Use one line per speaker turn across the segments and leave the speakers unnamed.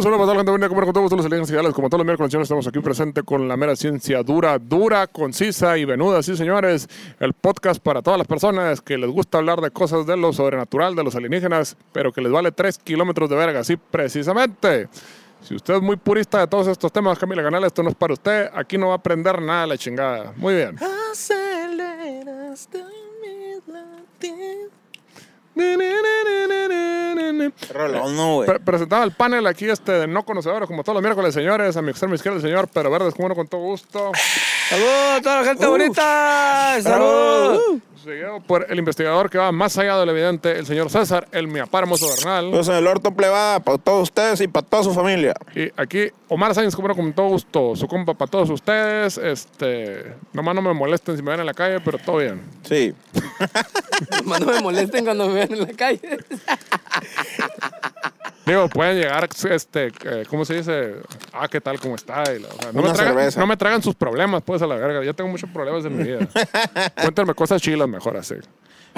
Hola, pasar gente venía a comer con todos los elegantes ideales. Como todos los miércoles, señores, estamos aquí presente con la mera ciencia dura, dura, concisa y venuda. Sí, señores, el podcast para todas las personas que les gusta hablar de cosas de lo sobrenatural, de los alienígenas, pero que les vale 3 kilómetros de verga. Sí, precisamente. Si usted es muy purista de todos estos temas, Camila Canal, esto no es para usted. Aquí no va a aprender nada de la chingada. Muy bien.
Rolón, no, güey.
Pre- presentaba el panel aquí este de no conocedores, como todos los miércoles, señores. A mi extremo izquierdo, el señor Pero Verdes, como no, con todo gusto. Uh,
Saludos a toda la gente bonita. Saludos.
Seguido por el investigador que va más allá del evidente, el señor César, el miapar hermoso Bernal.
Saludos en el orto plebada para todos ustedes y para toda su familia.
Y aquí Omar Sainz, como no, con todo gusto. Su compa para todos ustedes. Este, nomás no me molesten si me ven en la calle, pero todo bien.
Sí.
Más no me molesten cuando me vean en la calle.
Digo, pueden llegar, este, eh, ¿cómo se dice? Ah, ¿qué tal? ¿Cómo está? Y la- o sea, no, me
Una
tragan,
cerveza.
no me tragan sus problemas, pues, a la verga. Yo tengo muchos problemas en mi vida. Cuéntame cosas chilas mejor así.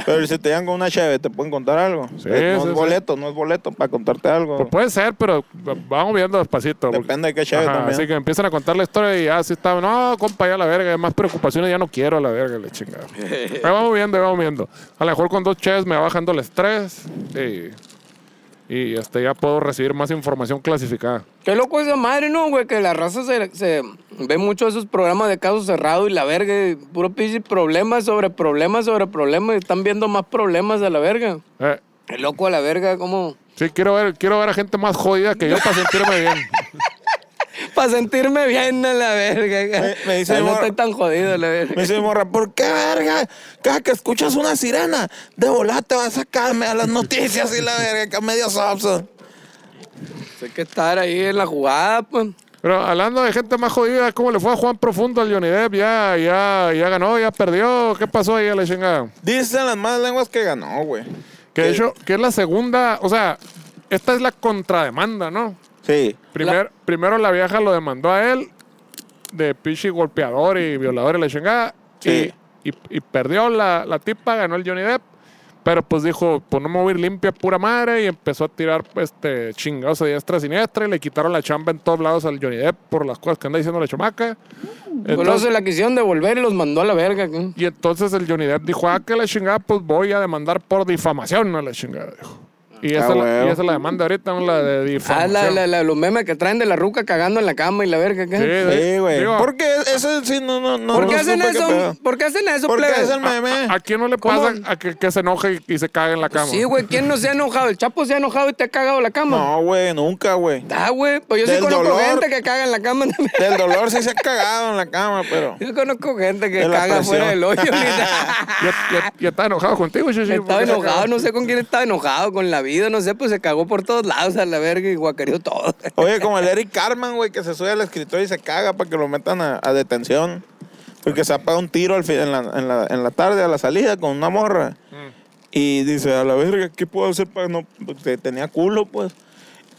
Pero si te llegan con una cheve, ¿te pueden contar algo?
Sí,
Eh, no
sí, sí.
es boleto, no es boleto para contarte algo.
Pues puede ser, pero vamos viendo despacito. porque-
Depende de qué cheve
Ajá,
también.
Así que empiezan a contar la historia y así está. No, compa, ya la verga. Más preocupaciones ya no quiero a la verga, le chingada. Ahí vamos viendo, ahí vamos viendo. A lo mejor con dos chefs me va bajando el estrés y, y este, ya puedo recibir más información clasificada.
Qué loco esa madre, ¿no, güey? Que la raza se, se ve mucho esos programas de casos cerrados y la verga. y Puro pinche problemas sobre problemas sobre problemas. y Están viendo más problemas a la verga.
Eh,
Qué loco a la verga, como...
sí, quiero ver, quiero ver a gente más jodida que yo para sentirme bien.
Para sentirme bien a la verga.
Me- me dice
Ay, No
Mor-
estoy tan jodido a la
Me
verga.
dice mi morra, ¿por qué verga? Cada que escuchas una sirena, de volada te vas a sacarme a las noticias y la verga, que medio sopso.
Hay que estar ahí en la jugada, pues.
Pero hablando de gente más jodida, ¿cómo le fue a Juan Profundo al Johnny Depp? Ya, ya, ya ganó, ya perdió. ¿Qué pasó ahí a la chingada?
Dicen las más lenguas que ganó, güey.
Que de hecho, que es la segunda, o sea, esta es la contrademanda, ¿no?
Sí.
Primer- Primero la vieja lo demandó a él de pichi golpeador y violador y la chingada.
Sí.
Y, y- y perdió la, la tipa, ganó el Johnny Depp. Pero pues dijo, pues no me voy a ir limpia pura madre y empezó a tirar este chingados a diestra siniestra y le quitaron la chamba en todos lados al Johnny Depp por las cosas que anda diciendo la chamaca.
Pero Pues luego se la quisieron devolver y los mandó a la verga. ¿qué?
Y entonces el Johnny Depp dijo, ah, que la chingada, pues voy a demandar por difamación a la chingada, dijo. Y esa, la,
huevo.
y esa la demanda ahorita, ¿no? La de
Ah,
difamación.
la, la- la- los memes que traen de la ruca cagando en la cama y la verga. ¿qué?
Sí, de-
Sí, güey.
digo,
¿Por qué? Eso sí, no, no, no.
¿Por
no
qué hacen
supe qué
eso?
pedo.
¿Por qué Ah, hacen eso,
¿Por qué
plebes?
es el meme?
¿A quién no le
Eh, ¿Cómo?
pasa a que, que se enoje y, y se cague en la cama?
Sí, güey, ¿quién no se ha enojado? El Chapo se ha enojado y te ha cagado la cama.
No, güey, nunca, güey.
Ah, güey, pues yo sí
Del
conozco
dolor.
gente que caga en la cama.
Del dolor sí se ha cagado en la cama, pero.
Yo conozco gente que
De la
caga
presión.
fuera del hoyo. ahorita.
Ya, ya- ya estaba enojado contigo, Shishi. ¿por
estaba
qué se
enojado,
caga?
no sé con quién estaba enojado, con la vida, no sé, pues se cagó por todos lados a la verga y guacareó todo.
Oye, como el Eric Carman, güey, que se sube al escritorio y se caga para que lo metan a, a detención. Porque se apaga un tiro al fi- en, la, en, la, en la tarde, a la salida, con una morra. Y dice, a la verga, ¿qué puedo hacer para no...? Porque tenía culo, pues.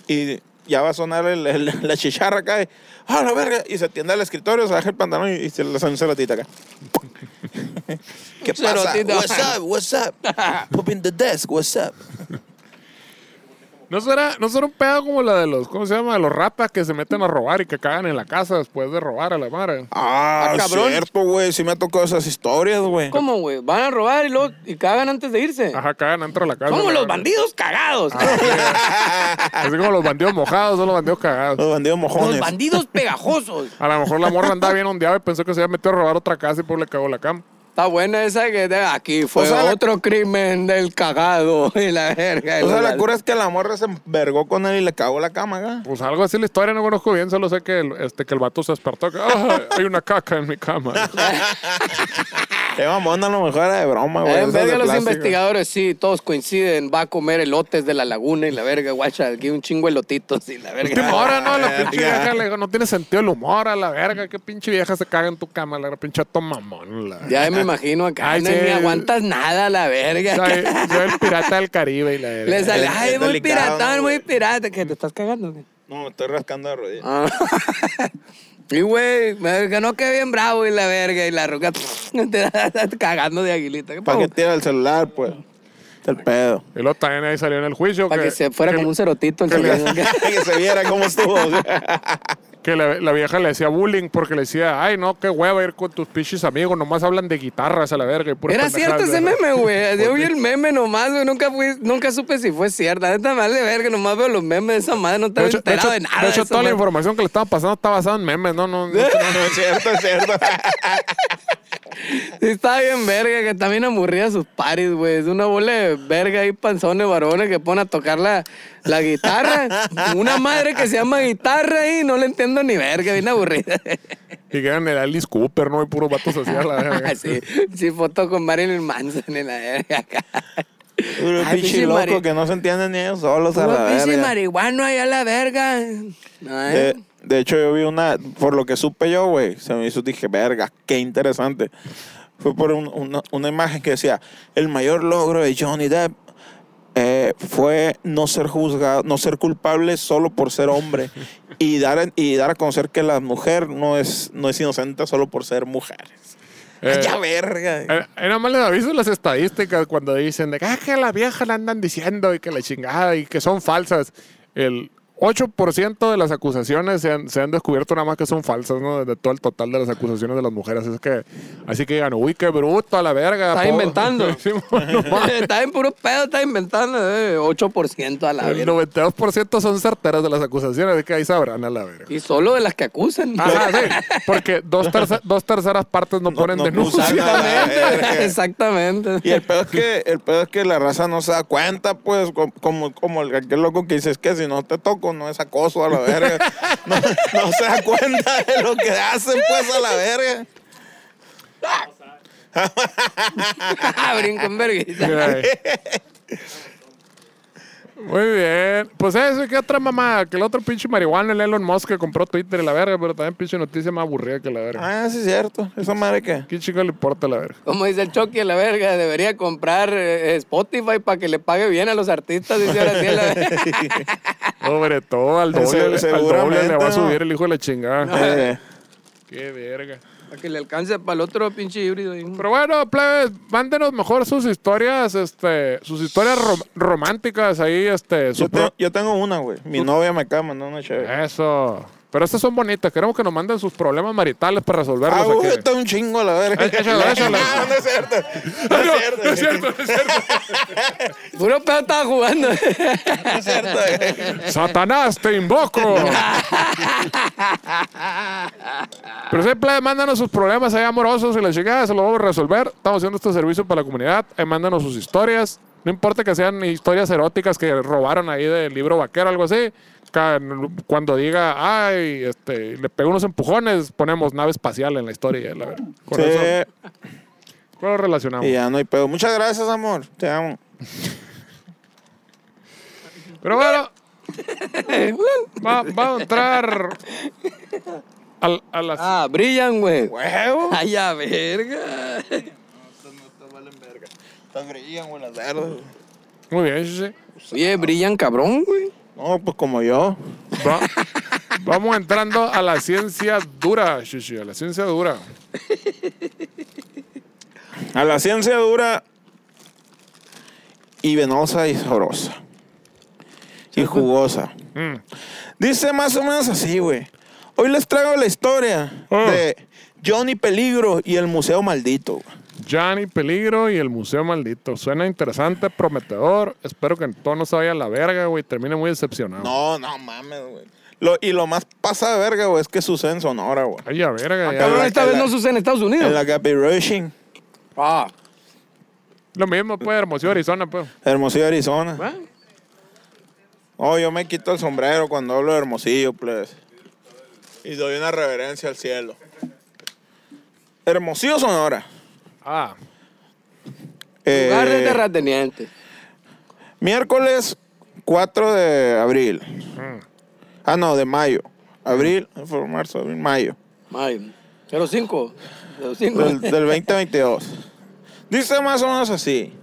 Y ya va a sonar el- el- la chicharra acá. y, a la verga. Y se tiende al escritorio, se baja el pantalón y, y se le hace un cerotita acá. ¿Qué pasa?
Cerotito.
What's up? What's up? Pop in the desk, what's up?
¿No será, ¿No será un pedo como la de los, ¿cómo se llama? De los ratas que se meten a robar y que cagan en la casa después de robar a la madre.
Ah,
Ah, cabrón.
cierto, güey. Sí me ha tocado esas historias, güey.
¿Cómo, güey? Van a robar y, luego, y cagan antes de irse.
Ajá, cagan dentro de la casa.
Somos
la
los
madre.
bandidos cagados.
Ah,
Así como los bandidos mojados son los bandidos cagados.
Los bandidos
los
mojones.
bandidos pegajosos.
A lo mejor la morra andaba bien ondeada y pensó que se había metido a robar otra casa y por le cagó la cama.
Está buena esa que de aquí fue
O sea, la-
otro crimen del cagado y la verga.
o sea, la cura es que la morra se envergó con él y le cagó la cama acá.
Pues algo así la historia, no conozco bien, solo sé que el, este, que el vato se despertó. que, "Ah, hay una caca en mi cama.
Qué mamón, a lo mejor era de broma,
Ah,
güey.
Eh, En
esa de
verga, los
plástico.
investigadores, sí, todos coinciden. Va a comer elotes de la laguna y la verga, guacha, aquí un chingo de elotitos y la verga.
Última hora, ¿no? La
verga.
pinche vieja le digo, no tiene sentido el humor a la verga. Qué pinche vieja se caga en tu cama, la verga, pinche tomamón. La...
Ya me imagino acá,
Ay,
no
sí.
ni aguantas nada, la verga.
Soy, soy el pirata del Caribe y la verga.
Le sale,
Es-
ay,
es
muy
delicado,
piratón,
¿no,
muy
güey?
pirata. que te estás cagando? güey?
No, me estoy rascando la rodilla.
Ah. y güey, me ganó que bien bravo y la verga, y la roca te estás cagando de aguilita.
¿Para
Para
qué tira el celular, pues? Es el pedo.
Y luego también ahí salió en el juicio.
que, se fuera
que-
como un cerotito el celular.
que se viera cómo estuvo. o sea.
Que la, la vieja le decía bullying porque le decía, ay, no, qué hueva ir con tus pinches amigos, nomás hablan de guitarras a la verga. Y puras
Era cierto
pendejadas,
ese
¿verdad?
meme, güey. Yo vi el meme nomás, güey. Nunca, fui- nunca supe si fue cierta. Esta madre de verga, nomás veo los memes de esa madre. No te
De
he
hecho, de
enterado
hecho-
de nada.
de hecho,
esa
toda la
madre.
información que le estaba pasando estaba basada en memes, ¿no? no, no
No, no, es cierto, es cierto.
Sí, estaba bien verga, que también aburría sus paris, güey. Es una bola de verga ahí, panzones, varones, que ponen a tocar la, la guitarra. Una madre que se llama guitarra y no le entiendo ni verga, bien aburrida.
y que eran el Alice Cooper, ¿no? Y puros vatos así a la verga.
Ah, sí, sí, foto con Marilyn Manson en la verga acá.
Un
Ay,
pinche
pinche
loco
mari-
que no se entienden ni ellos solos a la
Puro pinche
verga. Eh,
marihuano allá a la verga. eh. Ay.
De, de hecho, yo vi una, por lo que supe yo, güey, se me hizo, dije, verga, qué interesante. Fue por un- una, una imagen que decía, el mayor logro de Johnny Depp eh, fue no ser juzgado, no ser culpable solo por ser hombre y dar, a- y dar a conocer que la mujer no es, no es inocente solo por ser mujer.
Eh,
ya verga.
Eh, eh, nada más les aviso las estadísticas cuando dicen de que, "Ah, que la vieja le andan diciendo y que la chingada y que son falsas. El 8% de las acusaciones se han, se han descubierto nada más que son falsas, ¿no? De todo el total de las acusaciones de las mujeres. Es que, así que digan, uy, qué bruto a la verga.
Está
po-".
inventando.
Sí, bueno,
está en puro pedo, está inventando eh, 8% a la
el
verga.
92% son certeras de las acusaciones, es que ahí sabrán a la verga.
Y solo de las que acusan.
Ah,
Ajá, sí, porque dos, terce- dos terceras partes no,
No-
ponen
no
denuncia.
usan a la verga.
Exactamente.
Y el pedo, es que, el pedo es que la raza no se da cuenta, pues, com- como, como el, aquel loco que dice, es que si no te toco no es acoso a la verga. No, no se da cuenta de lo que hacen, pues, a la verga.
Brinco en verguita.
Mira ahí. Muy bien. Pues eso, que otra mamá, que el otro pinche marihuana, el Elon Musk que compró Twitter y la verga, pero también pinche noticia más aburrida que la verga.
Ah, sí es cierto. Esa madre que...
¿Qué chico le importa la verga?
Como dice el Chucky, la verga, debería comprar eh, Spotify para que le pague bien a los artistas. Dice ahora sí, la verga.
Sobre todo, al
Se-
doble, le- al doble
seguramente,
le va a
¿no?
subir el hijo de la chingada.
Eh,
Qué verga.
Para que le alcance para el otro pinche híbrido. ahí.
Pero bueno, plebes, mándenos mejor sus historias, este, sus historias rom- románticas ahí, este, su
yo,
pro- Ah,
te- yo tengo una, güey. Mi novia me acaba mandando una chévere.
Eso. Pero estas son bonitas, queremos que nos manden sus problemas maritales para resolverlos
Ah, güey,
aquí.
está un chingo a la verga.
Eh,
Ah,
Échalo, échalo.
No, no es cierto.
No,
No es cierto.
no es cierto, no es cierto.
Puro pedo estaba jugando.
No es cierto.
Satanás, te invoco. Pero siempre mándanos sus problemas ahí amorosos y la chingada, se lo vamos a resolver. Estamos haciendo este servicio para la comunidad. Ahí mándanos sus historias. No importa que sean historias eróticas que robaron ahí del libro vaquero o algo así. Ca- Cuando diga, ay, este, le pegó unos empujones, ponemos nave espacial en la historia. la verdad. Con eso
Sí,
con eso relacionamos.
y ya no hay pedo. Muchas gracias, amor. Te amo.
Pero bueno, va, va a entrar al- a las.
Ah, brillan, güey.
Huevo.
Ay, a verga.
Las brillan, güey, las verdes.
Muy bien, sí, sí.
Oye, brillan cabrón, güey.
No, pues como yo.
Va- vamos entrando a la ciencia dura, Shishi, a la ciencia dura.
A la ciencia dura y venosa y sabrosa. Y jugosa.
Mm.
Dice más o menos así, güey. Hoy les traigo la historia
Ah.
de Johnny Peligro y el Museo Maldito. güey.
Johnny Peligro y el Museo Maldito. Suena interesante, prometedor. Espero que todo no se vaya a la verga, güey. Termine muy decepcionado.
No, no mames, güey. Lo- y lo más pasa de verga, güey, es que sucede en Sonora, güey.
Ay, a verga.
Ah,
ya.
Cabrón, esta vez
la-
no sucede en Estados Unidos.
En la Gaby Rushing,
Ah,
Lo mismo, pues, Hermosillo, Arizona, pues.
Hermosillo, Arizona.
bueno.
Oh, yo me quito el sombrero cuando hablo de Hermosillo, pues. please. Y doy una reverencia al cielo. Hermosillo Sonora.
Ah,
Eh,
Lugar de terrateniente.
Miércoles 4 de abril.
Mm.
Ah, no, de mayo. Abril, eh, fue marzo, abril, mayo.
May. 05. 05.
Del, del 2022. Dice más o menos así.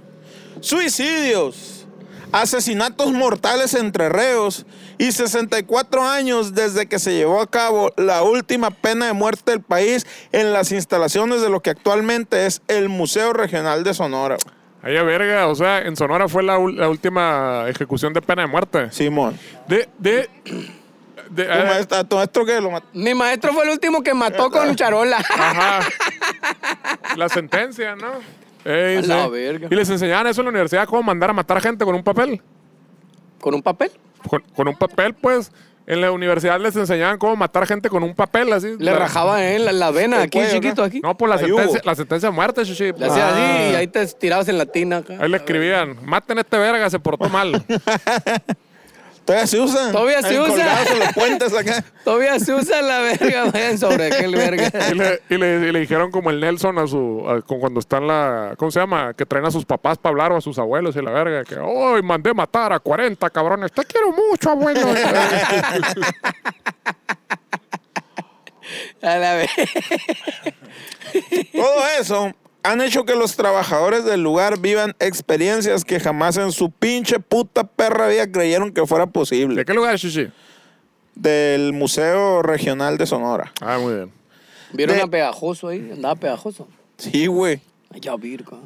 Suicidios, asesinatos mortales entre reos y 64 años desde que se llevó a cabo la última pena de muerte del país en las instalaciones de lo que actualmente es el Museo Regional de Sonora.
allá verga. O sea, en Sonora fue la, ul- la última ejecución de pena de muerte.
Simón.
De.
Eh.
de, de- eh,
¿Tu maest- a tu maestro que lo mató?
Mi maestro fue el último que mató con charola.
Ajá. La sentencia, ¿no? Ey,
A la
sí.
verga.
Y les enseñaban eso en la universidad, cómo mandar a matar gente con un papel.
¿Con un papel?
Con, con un papel, pues. En la universidad les enseñaban cómo matar gente con un papel, así.
Le
La-
rajaba en la, la vena,
El
aquí,
cuello,
chiquito,
pues, ¿no?
aquí.
No, por la
Ahí
sentencia,
hubo.
la sentencia de muerte, chichi.
Le hacía
Ah.
así y ahí te tirabas en la tina. acá.
Ahí le escribían, maten a este verga, se portó mal.
Todavía se usan.
Todavía se
Ahí
usa.
colgados en los puentes acá.
Todavía se usa la verga, vayan sobre aquel verga.
y, le, y le- y le dijeron como el Nelson a su, a- con- cuando están la, ¿cómo se llama? Que traen a sus papás para hablar o a sus abuelos y la verga, que, hoy mandé matar a 40 cabrones, te quiero mucho, abuelo.
A la verga.
Todo eso han hecho que los trabajadores del lugar vivan experiencias que jamás en su pinche puta perra vida creyeron que fuera
¿De
posible.
qué lugar, chichi?
Del Museo Regional de Sonora.
Ah, muy bien.
¿Vieron
De-
a pegajoso ahí? Andaba pegajoso.
Sí, güey.
Allá, virga.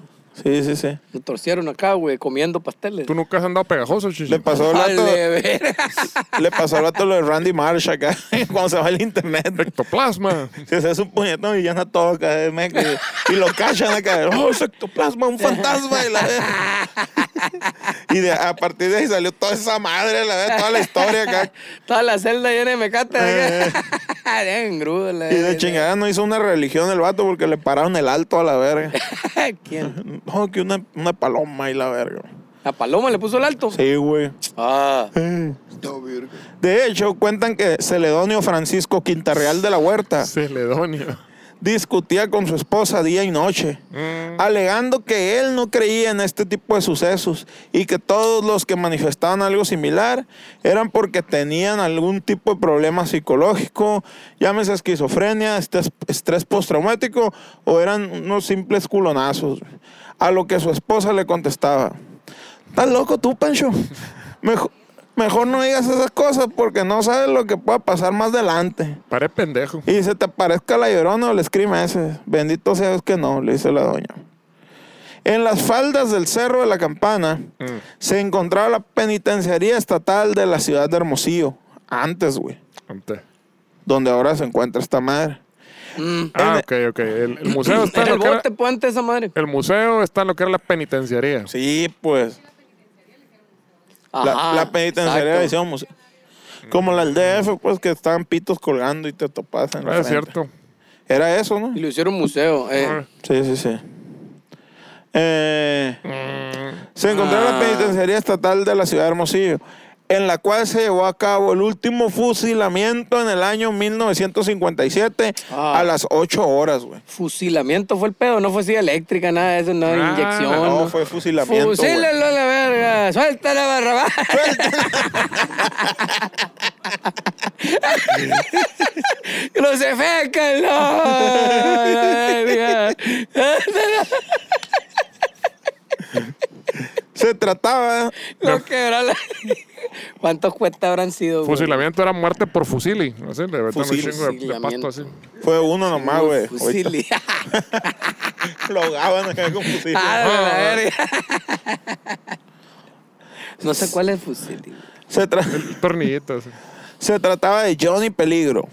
Sí, sí, sí.
Me torcieron acá, güey, comiendo pasteles.
¿Tú nunca has andado pegajoso, chichi?
Le pasó el
Vale,
rato,
verga.
le pasó el rato lo de Randy Marsh acá, cuando se va el internet.
Ectoplasma.
Se hace un puñetón y ya no todo acá, de meco, y, y lo cachan acá. Oh, es ectoplasma, un fantasma. Y, la verga. y de- a partir de ahí salió toda esa madre, la verga, toda la historia acá.
Toda la celda llena de mecate. Bien grudo, la
Eh. Y de
verga.
chingada no hizo una religión el vato porque le pararon el alto a la verga.
¿Quién?
No, que una, una paloma y la verga.
¿La paloma le puso el alto?
Sí, güey.
Ah.
Eh. De hecho, cuentan que Celedonio Francisco Quintarreal de la Huerta
Celedonio.
discutía con su esposa día y noche, alegando que él no creía en este tipo de sucesos y que todos los que manifestaban algo similar eran porque tenían algún tipo de problema psicológico, llámese esquizofrenia, estres- estrés postraumático o eran unos simples culonazos. A lo que su esposa le contestaba, ¿estás loco tú, Pancho? Mejor, mejor no digas esas cosas porque no sabes lo que pueda pasar más adelante.
Paré pendejo.
Y se te parezca la llorona o el scream ese. Bendito sea Dios que no, le dice la doña. En las faldas del Cerro de la Campana
Mm.
se encontraba la penitenciaría estatal de la ciudad de Hermosillo. Antes, güey.
Ante.
Donde ahora se encuentra esta madre.
Mm.
Ah, ok, ok. El, el museo está en lo
Era el
que era,
bote, pues, antes esa madre.
el museo está en lo que era la penitenciaría.
Sí, pues.
Ajá,
la, la penitenciaría
exacto.
le hicieron museo. Como la del DF, pues, que estaban pitos colgando y te topas en la
Ah, es
frente.
cierto. Ah,
Era eso, ¿no?
Y lo hicieron museo. Eh.
Sí, sí, sí. Eh, se encontró en la
Ah.
penitenciaría estatal de la ciudad de Hermosillo, en la cual se llevó a cabo el último fusilamiento en el año 1957
Ah.
a las 8 horas, güey.
Fusilamiento fue el pedo, no fue silla eléctrica, nada de eso, no,
Ah,
inyección.
No,
Oh, No,
fue fusilamiento. güey.
Fusílenlo a la verga, suelta la barra. Crucifíquenlo. a la verga.
Se trataba.
Lo quebró la- ¿Cuántos cuestas habrán sido? güey?
Fusilamiento era muerte por fusili. Así, le metían un
Fusil.
chingo de- de, pasto
Fusilamiento.
así.
Fue uno nomás, güey. Ahorita
Fusili.
Lo ahogaban acá con fusil.
Ah, de la
Ah.
verga. No sé cuál es el fusil.
Se tra-
Tornillito así.
Se trataba de Johnny Peligro,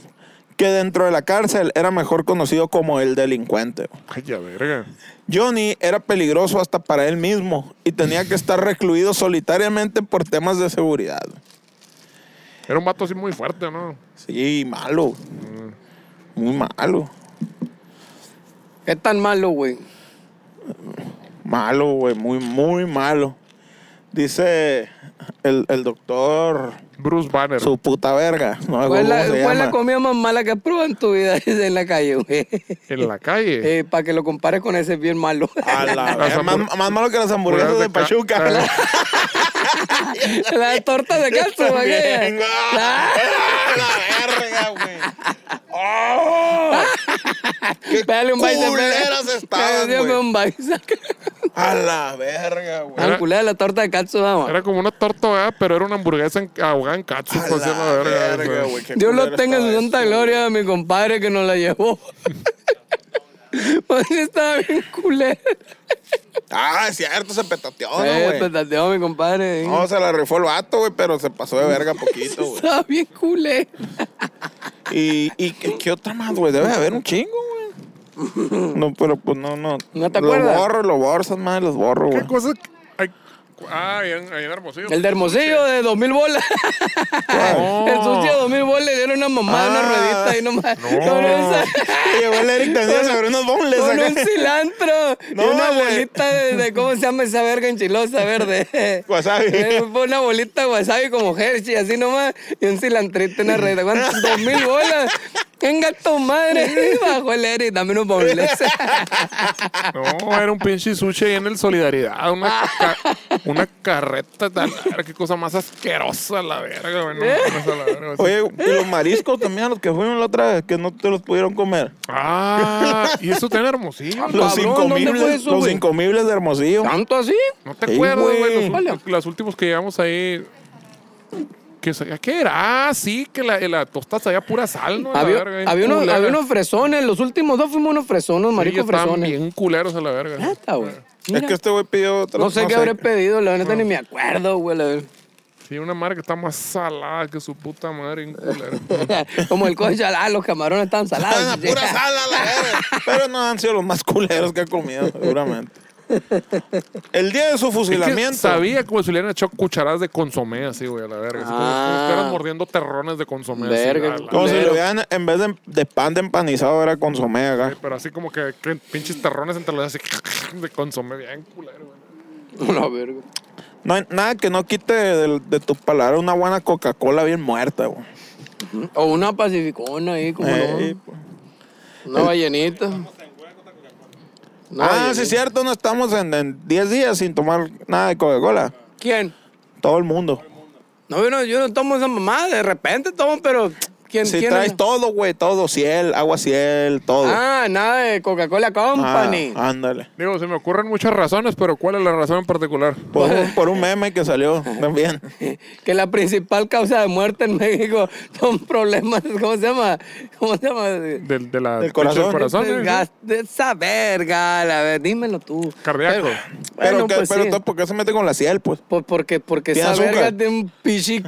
que dentro de la cárcel era mejor conocido como el delincuente. güey.
Ay, ya verga.
Johnny era peligroso hasta para él mismo y tenía que estar recluido solitariamente por temas de seguridad.
Era un vato así muy fuerte, ¿no?
Sí, malo. Muy malo.
¿Qué tan malo, güey?
Malo, güey. Muy, muy malo. Dice el, el doctor,
Bruce Banner.
su puta verga. No sé
¿Cuál,
cómo
es la,
se
cuál es la
llama.
comida más mala que has probado en tu vida Dice, en la calle, güey? Eh,
En la calle.
para que lo compares con ese bien malo.
A la
Las
verga,
hambur-
más, más malo que las hamburguesas de
Puras de ca- Ah,
Pachuca.
la torta de calzo, güey.
También, güey.
Ah,
¡Ah, la verga, güey! ¡Oh! ¡Qué
Pégale un baile.
culeras
pégale.
estaban,
Pégale
güey.
un baile.
¡A la verga, güey!
Ah, culera, la torta de calzo, vamos.
Era como una torta, ¿verdad? pero era una hamburguesa en- ahogada en katsu.
A
Pues, la
la
verga,
verga,
güey.
güey, qué
Dios lo
culero
tenga en su
estaba
santa
eso,
gloria a mi compadre que nos la llevó. Pues estaba bien culero.
güey. Ah, es cierto, se petateó, ¿no,
eh,
güey?
pues tateó mi compadre. eh.
No, se la rifó el vato, güey, pero se pasó de verga poquito, güey.
estaba bien culero.
¿Y, y qué, qué otra más, güey? Debe de haber un chingo, güey. No, pero pues no, no.
¿No te
Los
acuerdas?
borro, los borro, esas madres los borro, güey.
¿Qué cosas? Ay, cu- ah, ahí en, ahí en Hermosillo.
El de Hermosillo de 2000 bolas.
No.
El sucio de 2000 bolas le dieron una mamada, una
Oh. Ah.
ruedita y nomás. Con, esa-
Llegó el Eric Tendía sobre unos bombles
con
acá.
un cilantro y
No,
una
le-
bolita de, de- ¿Cómo se llama esa verga enchilosa verde?
Wasabi.
Eh, fue una bolita de wasabi como Hershey, así nomás, y un cilantrito, una ruedita. ¿Cuántas? Dos mil bolas. Venga tu madre. Bajo el Eric, dame unos bombles.
No, era un pinche sushi ahí en el Solidaridad. Una, ca- una carreta tal. verga, Qué cosa más asquerosa, la verga, güey. No, mames, a la verga, güey.
Oye, y los mariscos también a los que fuimos la otra vez, que no te los pudieron comer.
Ah, y eso está en Hermosillo.
Cabrón,
Los
¿dónde fue
incomibles,
eso,
los
güey? Ah,
incomibles de Hermosillo.
¿Tanto así?
No te
Sí,
acuerdas,
güey.
güey.
¿Cuál?
Los, los últimos que llevamos ahí. ¿Qué, sa- qué era? Ah, sí, que la, la tostada sabía pura sal, ¿no? A la
Había,
verga, bien
había, unos,
culera.
había unos fresones, los últimos dos fuimos unos fresones,
Sí,
maricos
estaban
fresones.
bien culeros a la verga.
Neta, güey.
Es
Mira.
que este güey pidió otra
No sé qué habré pedido, la neta ni me acuerdo, güey. la verdad.
Sí, una madre que está más salada que su puta madre, bien culera.
Como el coche, ah, los camarones están
Estaban a
salados.
Ah, pura sal a la verga. Pero no han sido los más culeros que ha comido, seguramente. El día de su
Es que
fusilamiento.
sabía como si le hubieran echado cucharadas de consomé así, güey, a la verga. Así como- como si estuvieran mordiendo terrones de consomé. así,
Ah. Verga.
a la-
Como si
Culero.
lo hubieran, en vez de, de pan de empanizado, era consomé acá.
pero así como que, que pinches terrones entre los así de consomé bien culero, güey.
La verga.
No hay nada que no quite de, de tus palabras una buena Coca-Cola bien muerta, güey.
O una pacificona ahí, como
Ey, pues.
no. Una ballenita. Una
ah,
ballenita.
sí, es cierto, no estamos en en 10 días sin tomar nada de Coca-Cola.
¿Quién?
Todo el mundo.
No, yo no, yo no tomo esa mamá, de repente tomo, pero ¿quién?
Si
quién
traes
es?
todo, güey, todo, ciel, agua ciel, todo.
Ah, nada de Coca-Cola
Ah,
Company.
ándale.
Digo, se me ocurren muchas razones, pero ¿cuál es la razón en particular?
Por un, por un meme que salió también.
Que la principal causa de muerte en México son problemas, ¿cómo se llama? ¿Cómo se llama?
Del, de la,
Del corazón.
del corazón,
Del
¿eh?
gas- de esa verga, la ver, dímelo tú.
Cardíaco.
Pero,
Bueno,
que-
pues
pero
sí.
entonces, ¿por qué se mete con la ciel, pues?
Pues porque, porque
Tiene
esa
azúcar.
verga tiene un pichi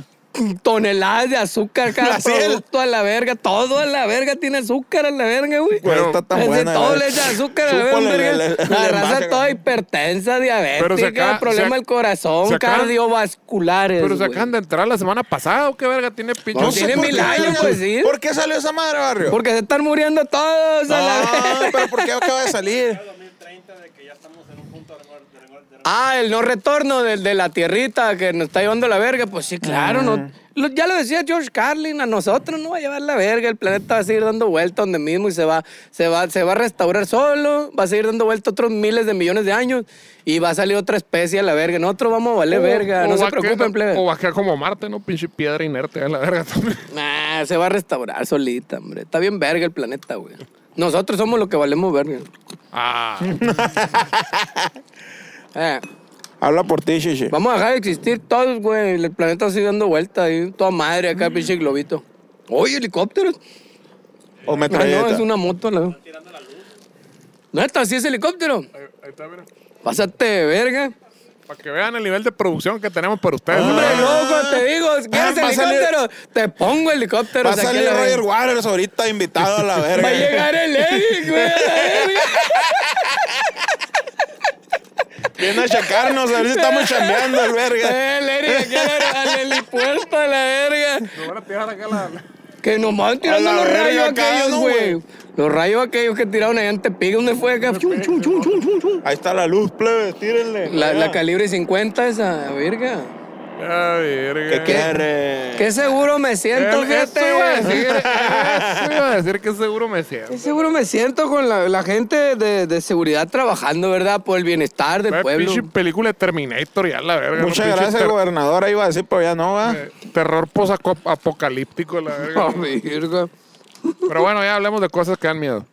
toneladas de azúcar cada
Así es.
producto a la verga. Todo a la verga tiene azúcar a la verga, güey.
Pero está tan
Ese
buena, eh.
todo
güey.
le echa azúcar a la verga.
Súpale la-
verga.
la-
La
la
raza
imagen,
toda
güey.
hipertensa, diabética,
acaba- se
problema
ac-
del corazón,
se acaba-
cardiovasculares.
Pero se
güey.
acaban de entrar la semana pasada, ¿o qué verga? Tiene pinche...
No sé tiene
por
mil
qué
años,
salió-
pues, sí.
¿Por qué salió esa madre, barrio?
Porque se están muriendo todos a la verga.
No, pero ¿por qué acaba de salir?
2030 de que ya estamos en un punto de recuerdo.
Ah, el no retorno del de la tierrita que nos está llevando la verga. Pues sí, claro.
Ah.
No, Lo- ya lo decía George Carlin, a nosotros no va a llevar la verga. El planeta va a seguir dando vueltas donde mismo y se va, se, va, se va a restaurar solo. Va a seguir dando vueltas otros miles de millones de años y va a salir otra especie a la verga. Nosotros vamos a valer verga. No
va
se
a quedar-
preocupen,
O
plebe.
va a quedar como Marte, ¿no? Pinche piedra inerte a la verga también.
Nah, Ah, se va a restaurar solita, hombre. Está bien verga el planeta, güey. Nosotros somos los que valemos verga.
Ah,
Eh.
Habla por ti, Shishi.
Vamos a dejar de existir todos, güey. El planeta sigue dando vuelta ahí. Toda madre acá,
Mm.
pinche globito. Oye, helicópteros.
O
Ah,
metralleta.
no, es una moto, la Neta, sí es helicóptero.
ahí, ahí está, mira.
Pásate de verga.
Para que vean el nivel de producción que tenemos para ustedes.
Hombre,
Ah,
loco, te digo, ¿quieres
Va a salir-
helicóptero? Te pongo helicóptero.
Va a
aquí
salir
la
Roger
verga.
Waters ahorita invitado a la
Va a
verga.
llegar el Eric, güey. a la verga.
Viene a checarnos, a ver si estamos chambeando el verga.
El Eric aquí al- al helipuerto, a la verga.
Nos van a tirar acá la- la-
Que nos van
A
tirando
la
los
verga,
rayos
acá,
aquellos,
¿no,
güey.
güey?
Los rayos aquellos que tiraron allá en Tepic, ¿dónde fue? Acá. Chum, chum, chum, chum, chum, chum.
Ahí está la luz, plebe, tírenle.
La, la
Allá.
calibre 50 esa, verga.
La verga.
¿Qué quiere?
Qué seguro me siento,
Eh, Eso
fíjate,
iba a
güey.
decir, eso iba a decir que seguro me siento.
Qué seguro me siento con la, la gente de, de seguridad trabajando, ¿verdad? Por el bienestar del
Güey,
pueblo.
pinche película de Terminator, ya la verga.
Muchas
¿no? Pinche
gracias,
ter-
gobernadora. Iba a decir, pero ya no va.
eh, Terror posapocalíptico, la verga.
Oh, virgo.
Pero bueno, ya hablemos de cosas que dan miedo.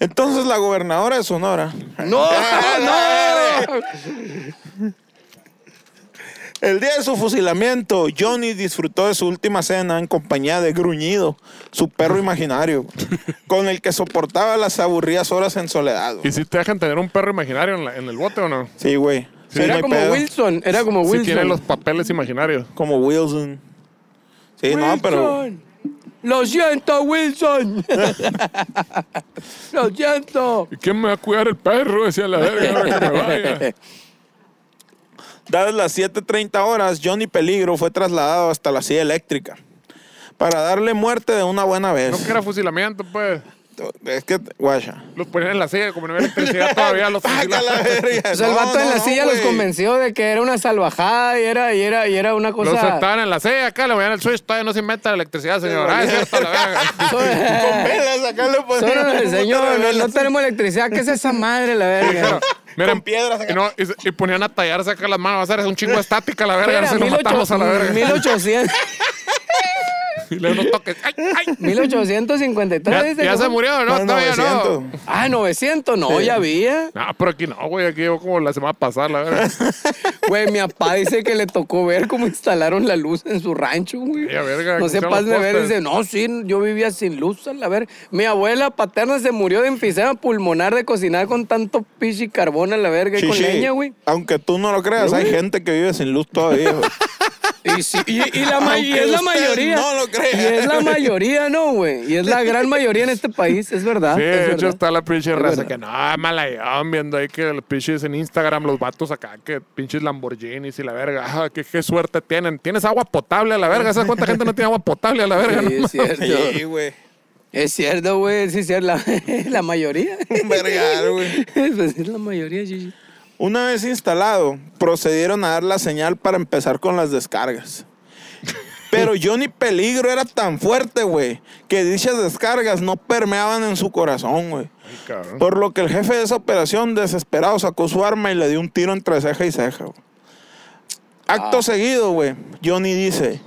Entonces, la gobernadora de Sonora.
No,
Ah,
no.
El día de su fusilamiento, Johnny disfrutó de su última cena en compañía de Gruñido, su perro imaginario, con el que soportaba las aburridas horas en soledad.
¿Y si te dejan tener un perro imaginario en, la- en el bote o no?
Sí, güey. Sí, no
Era
hay
como
pedo.
Wilson, era como
Si
Wilson.
tiene los papeles imaginarios.
Como Wilson. Sí, no, pero.
Wilson. Lo siento, Wilson. Lo siento.
¿Y quién me va a cuidar el perro? Decía la verga, ahora que me vaya.
Dadas las 7.30 horas, Johnny Peligro fue trasladado hasta la silla eléctrica para darle muerte de una buena vez.
No que era fusilamiento, pues.
Es que, guaya.
Los ponían en la silla, como no había electricidad todavía, los
Saca la
fusilaban.
verga.
O sea, el
No,
vato en
no,
la
no,
silla los
güey.
convenció de que era una salvajada y era, y era, y era una
Los
cosa.
estaban en la silla acá, le ponían el switch, todavía no se inventa la electricidad, señor. Ah, es cierto, la verga.
Son-
Con velas, acá le ponían
son-
un puto
señor, no,
de
no
velas.
tenemos electricidad. ¿Qué es esa madre, la
Dijeron,
verga?
Miren,
Con piedras acá.
y, no, y se- y ponían a tallarse acá las manos, va a ser un chingo de estática la verga,
Era
ahora sí nos
1800
matamos a la verga.
1800,
Y le dan unos toques. ¡Ay, ay!
1853.
Ya,
dice
ya
que
se
fue.
murió, ¿no?
No,
Todavía
900.
no.
Ah, 900, no, ya había.
No, pero aquí no, güey, aquí llegó como la semana pasada, la verga.
Güey, mi papá dice que le tocó ver cómo instalaron la luz en su rancho, güey.
Ya, verga,
no
que
se
son
pasen
los
de ver,
postes.
dice, no, sí, yo vivía sin luz, a la verga. Mi abuela paterna se murió de enfisema pulmonar de cocinar con tanto pichi carbón a la verga y con
Sí, sí.
leña, güey.
Aunque tú no lo creas, hay gente que vive sin luz todavía. güey.
Y, sí, y- y la ma- y
Aunque
es la
usted
mayoría.
no lo crea.
Y es la mayoría, ¿no, güey? Y es la gran mayoría en este país, es verdad.
Sí,
es
de hecho
verdad.
está la pinche raza
verdad.
que no, ah, mala yo, viendo ahí que los pinches en Instagram, los vatos acá, que pinches Lamborghinis y la verga, ah, que qué suerte tienen. Tienes agua potable a la verga, ¿sabes cuánta gente no tiene agua potable a la verga?
Sí,
no?
es cierto.
Sí, güey.
Es cierto, güey. Sí, es cierto. La, la mayoría.
Un vergal, güey.
Pues es la mayoría, Gigi.
Una vez instalado, procedieron a dar la señal para empezar con las descargas. Pero Johnny Peligro era tan fuerte, güey, que dichas descargas no permeaban en su corazón, güey.
Ay, cabrón.
Por lo que el jefe de esa operación, desesperado, sacó su arma y le dio un tiro entre ceja y ceja. güey. Acto seguido, güey, Johnny dice,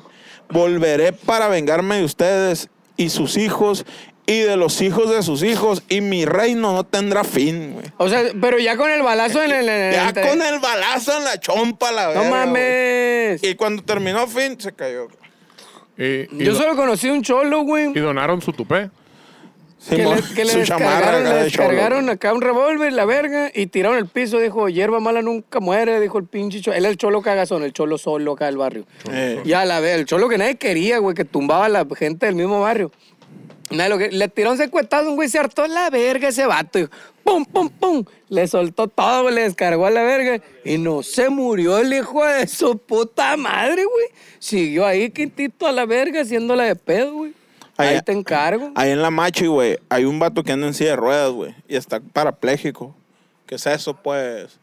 volveré para vengarme de ustedes y sus hijos y de los hijos de sus hijos y mi reino no tendrá fin, güey.
O sea, pero ya con el balazo en el. en el-
Ya
entre-
con el balazo en la chompa, la
No
verga,
mames.
güey. Y cuando terminó fin, se cayó.
Y, y
Yo
do-
solo conocí un cholo, güey.
y donaron su tupé.
Sí,
Que le, que le descargaron, le
acá de
descargaron
cholo.
acá un revólver, la verga, y tiraron el piso. Dijo, hierba mala nunca muere, dijo el pinche cholo. Él es el cholo cagazón, el cholo solo acá del barrio.
Eh,
Ya la verga, el cholo que nadie quería, güey, que tumbaba a la gente del mismo barrio. Nadie lo que, le tiró un secuestrado, un güey, se hartó la verga ese vato. dijo, pum, pum, pum. Le soltó todo, güey, le descargó a la verga. Y no se murió el hijo de su puta madre, güey. Siguió ahí quintito a la verga haciéndola de pedo, güey.
Ay,
Ahí te encargo.
Ahí en la machi, güey, hay un vato que anda en silla de ruedas, güey, y está parapléjico. ¿Qué es eso, pues?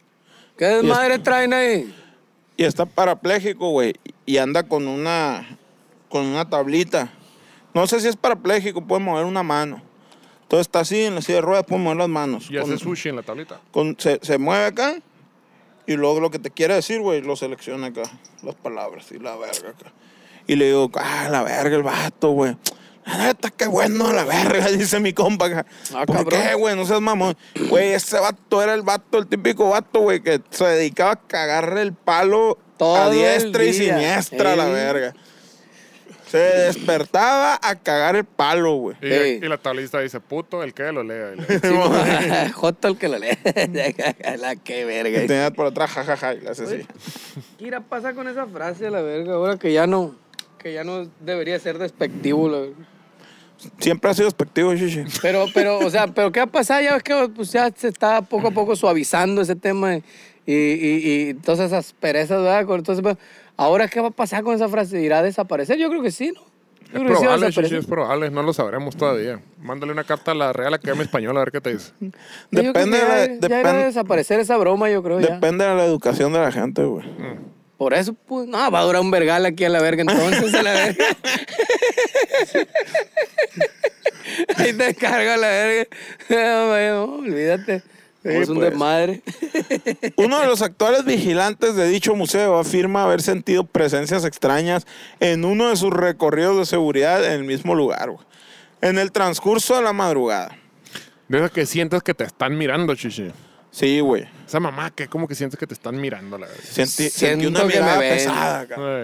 ¿Qué desmadre traen ahí?
Y está parapléjico, güey, y anda con una, con una tablita. No sé si es parapléjico, puede mover una mano. Entonces está así en la silla de ruedas, puede mover las manos.
Y
Con-
hace sushi en la tablita.
con- se, se mueve acá y luego lo que te quiere decir, güey, lo selecciona acá, las palabras y la verga acá. Y le digo, ah, la verga, el vato, güey. La neta, qué bueno, la verga, dice mi compa acá.
Ah,
¿Por
cabrón.
qué, güey? No seas mamón. Güey, ese vato era el vato, el típico vato, güey, que se dedicaba a cagarle el palo
Todo
a
el
diestra y
día.
siniestra, la
Ey.
verga. Se despertaba a cagar el palo, güey.
Y,
Sí.
y la tablita dice, puto, el que lo lea. Y la-
Joto el que lo lee. la que
Y
verga.
tenía por atrás, jajaja, y le hace así.
¿Qué irá a pasar con esa frase a la verga? Ahora que ya no, que ya no debería ser despectivo, la verga.
Siempre ha sido despectivo, chichi.
Pero, pero, o sea, pero ¿qué va a pasar? Ya ves que pues, ya se está poco a poco suavizando ese tema y, y, y todas esas perezas, ¿verdad? Con todo ese pedo. Ahora, ¿qué va a pasar con esa frase? ¿Irá a desaparecer? Yo creo que sí, ¿no?
Es
Pero sí vas
probable,
a
sí, sí,
aprender.
es probable. No lo sabremos todavía. Mándale una carta a la Real Academia Española a ver qué te dice.
Yo creo que
Depende
ya,
de la-
ya
depen-
debe desaparecer esa broma, yo creo. ya.
Depende de la educación de la gente, güey.
Por eso, pues, no, va a durar un vergal aquí a la verga, entonces a la verga. Ahí te cargo a la verga. No, güey, no, olvídate. es un
pues.
desmadre.
Uno de los actuales vigilantes de dicho museo afirma haber sentido presencias extrañas en uno de sus recorridos de seguridad en el mismo lugar, güey. En el transcurso de la madrugada.
De esas que sientes que te están mirando, chichi.
Sí, güey.
Esa mamá que como que sientes que te están mirando, la verdad.
Sentí, sentí
Siento
una
que me
mirada
ven.
pesada, cabrón.
Ay,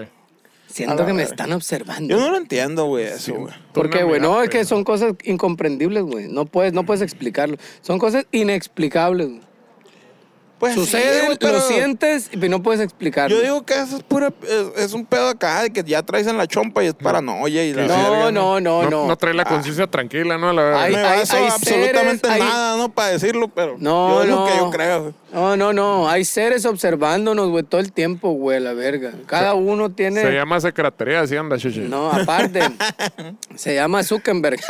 A
Siento
la
que me
verga.
están observando.
Yo no lo entiendo, güey, eso, güey.
¿Por
una
qué, güey?
mirada
No, es que
fea.
son cosas incomprendibles, güey. No puedes, no puedes explicarlo. Son cosas inexplicables, güey.
Pues sí,
Suceden,
güey, pero
lo sientes y no puedes explicarlo.
Yo digo que eso es pura, es, es un pedo acá de que ya traes en la chompa y es paranoia y la verga,
no, no, no, no. Ah.
No trae la conciencia tranquila, ¿no? La
No
Ay,
verdad.
me
hay-
baso
hay
absolutamente
seres, hay-
nada, ¿no? Para decirlo, pero
No,
yo es
no.
lo que yo creo. güey.
No, no, no. Hay seres observándonos, güey, todo el tiempo, güey, la verga. Cada uno tiene.
Se llama secretaría de Hacienda, chichi.
No, aparte. se llama Zuckerberg.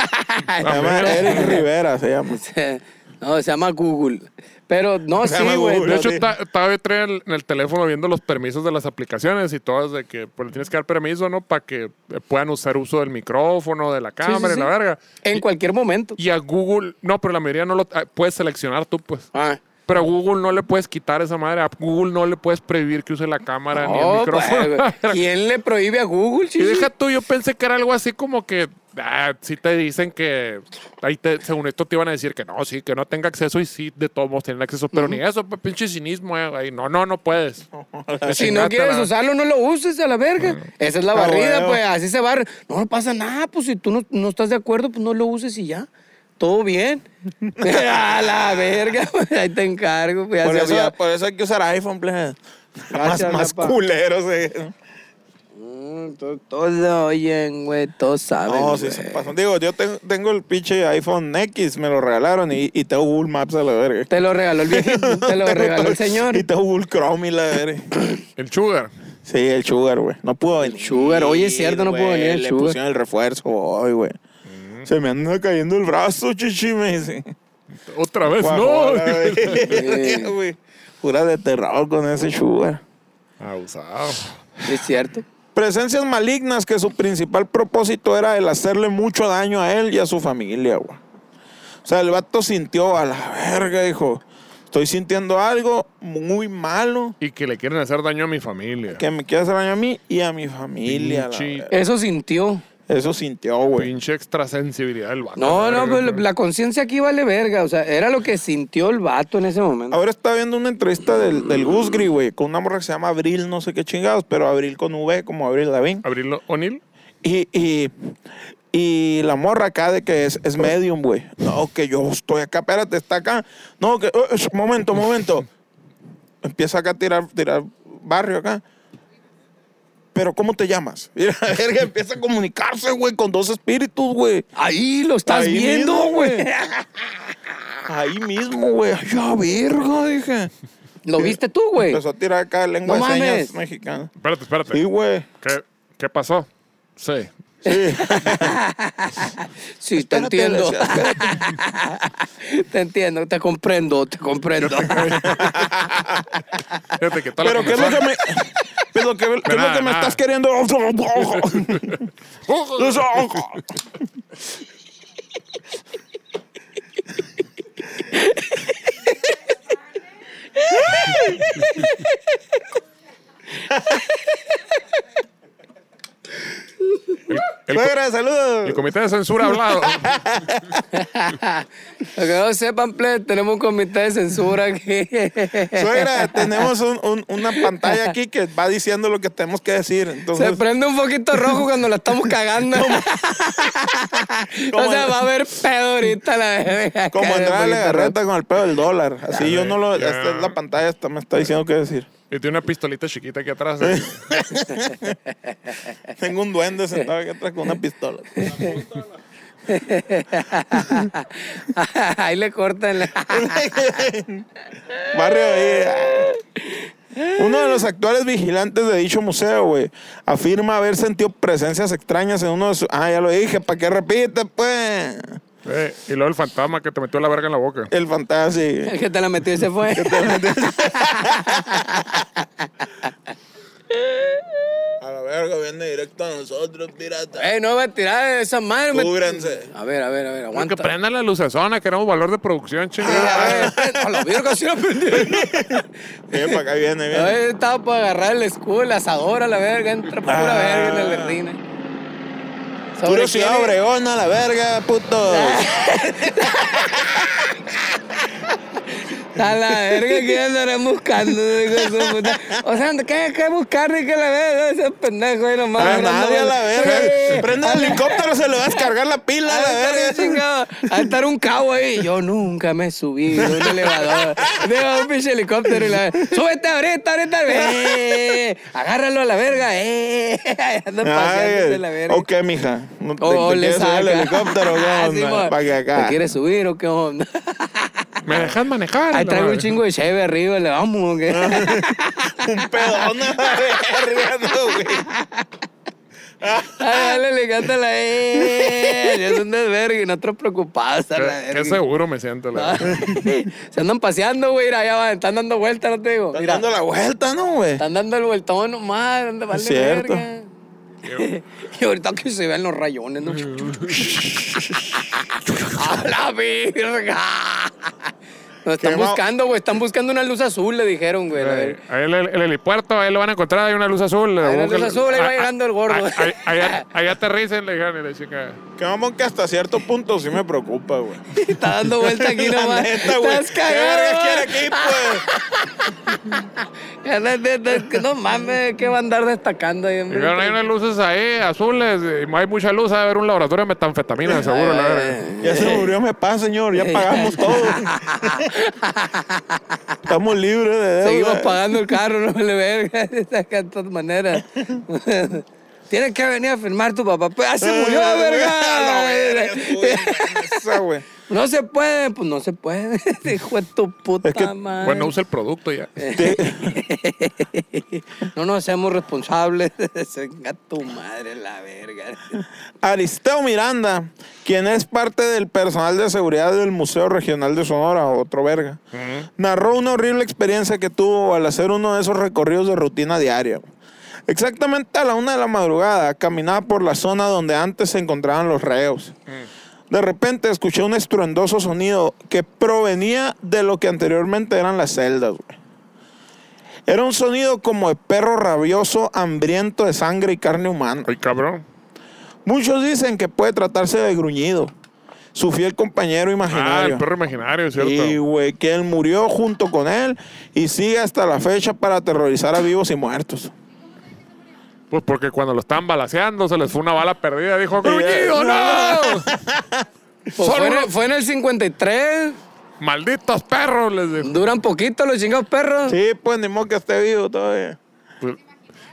Se llama Eric Rivera, se llama.
Se- no, se llama Google. Pero no,
Se
sí,
llama
güey.
Google.
De hecho,
sí.
ta- todavía trae el- en el teléfono viendo los permisos de las aplicaciones y todas de que pues, le tienes que dar permiso, ¿no? Para que eh, puedan usar uso del micrófono, de la cámara y
sí.
la verga.
En cualquier momento.
Y a Google, no, pero la mayoría no lo ah, puedes seleccionar tú, pues.
Ah.
Pero a Google no le puedes quitar esa madre. A Google no le puedes prohibir que use la cámara ni el
Oh,
micrófono.
pues, güey. ¿Quién le prohíbe a Google,
y
chichi?
deja tú, yo pensé que era algo así como que. Ah, si te dicen que. Ahí te, según esto te iban a decir que no, sí, que no tenga acceso y sí, de todos modos tienen acceso. Pero ni eso, pues, pinche cinismo, eh, güey. No, no, no puedes.
Pues Si no quieres usarlo, no lo uses a la verga. Esa es la
Ah,
barrida,
bueno.
pues así se barre. No, no pasa nada, pues si tú no, no estás de acuerdo, pues no lo uses y ya. Todo bien. a la verga, pues, ahí te encargo. Pues, ya
Por
se
eso,
había-
por eso hay que usar iPhone, please. Más,
Gracias,
más
Rafa.
culeros, eh.
Mm, to- Todos oyen, güey, todos saben.
No, sí
güey.
se pasan. Digo, yo te- tengo el pinche iPhone X, me lo regalaron y, y tengo Google Maps a la verga.
Te lo regaló el viejito, te lo
Tengo
regaló el
todo-
señor.
Y tengo Google Chrome y la verga.
El sugar.
Sí, el Sugar, güey. No pudo venir.
Sugar, oye, es cierto, no pudo
güey.
venir el
Le
Sugar.
pusieron el refuerzo hoy, güey. Se me anda cayendo el brazo, chichi, me dice.
Otra vez,
Guajora,
no.
güey. Güey. Pura de terror con ese Sugar.
Abusado.
Es cierto.
Presencias malignas que su principal propósito era el hacerle mucho daño a él y a su familia, güey. O sea, el vato sintió a la verga, dijo. Estoy sintiendo algo muy malo
Y que le quieren hacer daño a mi familia.
que me quiere hacer daño a mí y a mi familia. la
Pinche-
verga".
Eso sintió.
Eso sintió, güey.
Pinche extrasensibilidad del
Ah,
vato.
No,
la
no,
verga.
pues, la conciencia aquí vale verga. O sea, era lo que sintió el vato en ese momento.
Ahora está viendo una entrevista del, del Gusgri, güey, con una morra que se llama Abril, no sé qué chingados, pero Abril con V, como Abril Lavín.
Abrirlo, O'Neill.
Y, y, y la morra acá de que es, es medium, güey. No, que yo estoy acá, espérate, está acá. No, que, eh, sh- momento, momento. Empieza acá a tirar, tirar barrio acá. Pero, ¿cómo te llamas? Mira, la verga, empieza a comunicarse, güey, con dos espíritus, güey.
Ahí lo estás
Ah, Ahí
viendo,
mismo,
güey.
Ahí mismo, güey. Ay, Ya, verga, dije.
Lo viste tú, güey.
Empezó a tirar acá lengua
No
de
mames.
señas mexicana.
Espérate, espérate.
Sí, güey.
¿Qué, ¿Qué pasó? Sí.
Sí, te
Espérate,
entiendo.
le decía,
te entiendo, te comprendo, te comprendo.
Fíjate que tal
Pero ¿qué es lo que me, qué es lo que, qué es lo
nada,
que me
nada.
estás queriendo? Suegra, saludos.
El comité de censura ha hablado.
Para que no sepan, ple, tenemos un comité de censura aquí.
Suegra, tenemos un- un- una pantalla aquí que va diciendo lo que tenemos que decir.
Se
Entonces,
prende un poquito rojo cuando la estamos cagando. o
¿Cómo
sea,
no?
va a haber pedo ahorita la verga.
como
Acá,
entrar a la
poquito rojo.
garreta con el pedo del dólar. Así yo no lo.
ya.
esta es la pantalla esta me está diciendo qué decir.
Y tiene una pistolita chiquita aquí atrás. ¿eh?
Tengo un duende sentado aquí atrás con una pistola.
Ahí le cortan la...
Barrio ahí. Uno de los actuales vigilantes de dicho museo, güey, afirma haber sentido presencias extrañas en uno de sus... Ah, ya lo dije, ¿para qué repite, pues?
Eh, y luego el fantasma que te metió la verga en la boca.
El fantasma.
El que te la metió y se fue.
A la verga, viene directo a nosotros, pirata.
Ey, no va a tirar esa madre. Eh, me-
Cúbranse.
A ver, a ver, a ver,
Que
aguanta.
prendan la lucezona, queremos valor de producción, chingada.
A ver, a la verga, sí la prendí.
Viene para acá, viene,
A
viene.
ver, estaba para agarrar el escudo, el asador a la verga, entra pura
Ah.
verga en la berrina.
Puro ciudad Obregón a la verga, puto.
Ah, A la verga que ya andarán buscando, hijo de su puta. O sea, ¿qué hay que buscar? de que la verga, ese pendejo ahí nomás.
A
agarrando
nadie Ah, a la
bolas.
verga.
Eh,
Prende el helicóptero, se le va a descargar la pila a la
a
verga.
estar bien chingado, a estar un cabo ahí. Yo nunca me he subido a un elevador. Dejo un pinche helicóptero y la Súbete ahorita, ahorita. Eh, agárralo a la verga. Eh. Anda paseándose
Ay,
la verga.
ok, mija. No, te,
O, o
te
Oh, le
quieres subir
saca. Ah,
al helicóptero,
Sí,
¿qué
mo.
onda? Para que acá.
¿Te quieres subir o qué onda?
¿Me dejan manejar?
Ahí
La
traigo un
madre.
chingo de cheve arriba, le vamos. ¿o qué?
Un pedón a la verga, no, güey.
Ay, dale, le canta la eh. Ya son desvergue y nosotros preocupados. a la
Qué, qué
verga.
seguro me siento.
Ah.
La verga.
Ay, Se andan paseando, güey. mira, Allá van, están dando vueltas, no te digo.
Están
Mira,
dando la vuelta, ¿no, güey?
están dando el vueltón nomás, anda vale
Es cierto.
verga. Y ahorita que se vean los rayones, ¿no? ¡A la verga! Nos están
Quemado.
buscando, güey. Están buscando una luz azul, le dijeron, güey. la
Ahí
verga.
ahí el, el helipuerto, ahí lo van a encontrar, hay una luz azul.
Hay una
Busca-
luz azul, ahí va
ah,
llegando el gordo.
ah, ah, Ahí ahí- ahí aterricen, le dijeron, y la chica.
Que vamos que hasta cierto punto sí me preocupa, güey.
Está dando vuelta aquí
La
nomás.
neta, güey.
Estás
¿Qué verga
cagado.
quiere aquí, pues?
Ya No no, no, que no mames, que va a andar destacando ahí. hombre?
Dijeron, hay unas luces ahí, azules, y hay mucha luz, ha de haber un laboratorio de metanfetamina, seguro, la
Eh,
verga.
Ya se murió mi papá, señor. Ya pagamos todo. Estamos libres de deuda.
Seguimos pagando el carro, no vale verga. De todas maneras. Tienes que venir a firmar tu papá. Pues ya se murió,
Eh,
Ah, la
verga.
verga, güey. Esa, güey.
No se puede, pues no se puede. Hijo de tu puta
que,
madre.
Bueno, usa el producto ya.
Eh. no nos hacemos responsables. Venga tu madre, la verga.
Aristeo Miranda, quien es parte del personal de seguridad del Museo Regional de Sonora, otro verga, narró una horrible experiencia que tuvo al hacer uno de esos recorridos de rutina diaria. Exactamente a la una de la madrugada, caminaba por la zona donde antes se encontraban los reos. De repente escuché un estruendoso sonido que provenía de lo que anteriormente eran las celdas. güey. Era un sonido como de perro rabioso, hambriento de sangre y carne humana.
Ay, cabrón.
Muchos dicen que puede tratarse de gruñido, su fiel compañero
Ah,
imaginario.
el perro imaginario, ¿cierto?
y güey, que él murió junto con él y sigue hasta la fecha para aterrorizar a vivos y muertos.
Pues porque cuando lo estaban balaseando se les fue una bala perdida, dijo, ¡Gruñido, no!
Pues
Solo
fue, en
uno-
el, fue en el 53.
¡Malditos perros! Les dijo.
Duran poquito los chingados perros.
Sí, pues ni modo que esté vivo todavía.
Pues,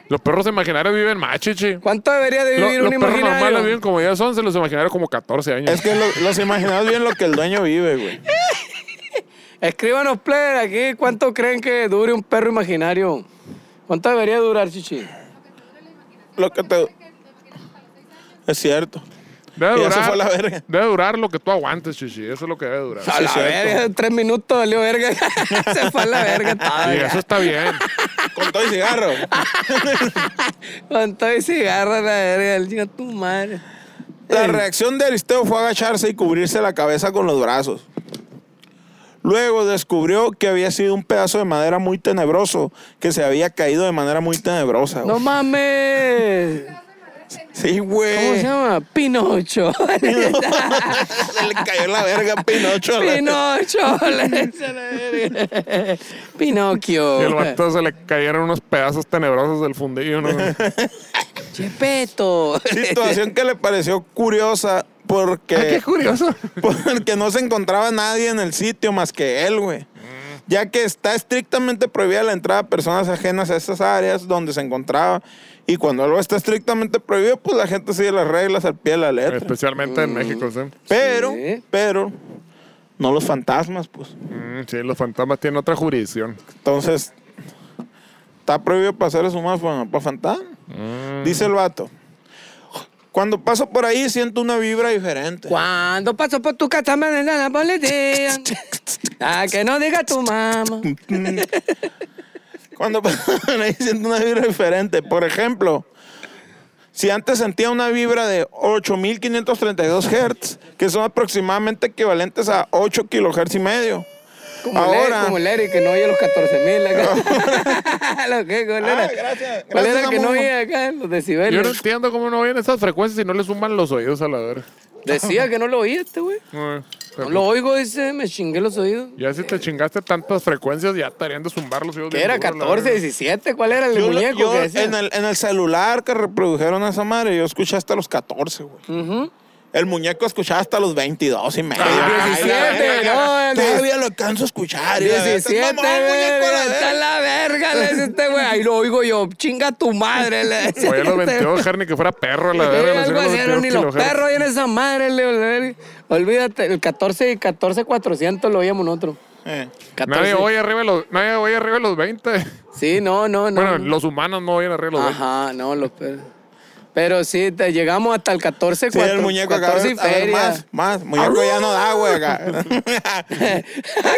Los perros imaginarios viven más, chichi.
¿Cuánto debería de
Lo-
vivir un
los perros normales viven
imaginario?
como 10, 11, los imaginarios como 14 años.
Es que lo- los imaginados bien lo que el dueño vive, güey.
Escríbanos, player, aquí. ¿Cuánto creen que dure un perro imaginario? ¿Cuánto debería durar, Chichi?
Lo que te... Es cierto.
Debe
Y ya se
durar,
fue a la verga.
debe durar lo que tú aguantes, chichi. Eso es lo que debe durar.
A la
cierto.
verga, tres minutos, valió verga. Se fue a la verga. todo,
y
ya.
eso está bien.
Con todo y cigarro.
Con todo y cigarro, la verga. El chinga tu madre.
La reacción de Aristeo fue agacharse y cubrirse la cabeza con los brazos. Luego descubrió que había sido un pedazo de madera muy tenebroso que se había caído de manera muy tenebrosa.
No
güey.
mames.
Sí,
¿Cómo se
güey.
llama? Pinocho.
se le cayó la verga a Pinocho. a la-
Pinocho. le dice a la verga. Pinocchio.
Y el vato se le cayeron unos pedazos tenebrosos del fundillo, ¿no?
Chepeto.
Situación que le pareció curiosa porque...
curioso!
Porque no se encontraba nadie en el sitio más que él, güey. Ya que está estrictamente prohibida la entrada de personas ajenas a esas áreas donde se encontraba. Y cuando algo está estrictamente prohibido, pues la gente sigue las reglas al pie de la letra.
Especialmente
Mm.
en México, Pues, sí.
Pero,
Sí.
pero, no los fantasmas, pues.
Mm, sí, los fantasmas tienen otra jurisdicción.
Entonces, está prohibido para seres humanos para, para fantasmas. Dice el vato. Cuando paso por ahí siento una vibra diferente.
Cuando paso por tu casa me dan la boletía. A que no diga tu mamá.
Cuando paso por ahí siento una vibra diferente. Por ejemplo, si antes sentía una vibra de 8532 Hz, que son aproximadamente equivalentes a 8 kilohertz y medio.
Como
Ahora-
Ahora. como el Eric, que no oye los 14 mil acá. Lo que, ¿cuál era?
Ah, gracias,
¿Cuál era
gracias,
que no
amo.
oye acá los
Yo no
decibeles?
entiendo cómo no oyen esas frecuencias si no le suman los oídos a la verga.
Decía que no lo oía este, güey.
Ay,
No
pero
lo
pues-
oigo, dice, me chingué los oídos.
Ya si te chingaste tantas frecuencias, ya estarían de zumbar los oídos.
¿Qué
bien
era?
duro, la
14,
verga.
17, ¿cuál era el
Yo, lo-
muñeco
yo
que decía?
en, el, en el celular que reprodujeron a esa madre, yo escuché hasta los 14, güey.
Ujú.
El muñeco escuchaba hasta los 22 y medio.
Ah,
Ay, la
17,
verga.
no, el-
Todavía lo alcanzo a escuchar. y la verga.
17,
Mamá, el muñeco a la
güey, está
verga.
la verga, le dice este güey. Ahí lo oigo yo, chinga tu madre, le decía.
Oye, los
este
22, Harney, que fuera perro a la
Sí,
verga. le
algo
hicieron
así, eran ni los
22 kilohertz.
perros en esa madre, le la verga. Olvídate, el 14 y 14, 400 lo oíamos nosotros.
Eh.
14.
Nadie oye arriba de los, nadie oye arriba de los 20.
Sí, no, no, no.
Bueno, los humanos no oyen arriba de los 20.
Ajá, no, los perros. Pero sí, te llegamos hasta el 14,
Sí,
cuatro-
el muñeco acá.
14 y
a ver,
feria.
más, más. Muñeco ya no da, güey, acá.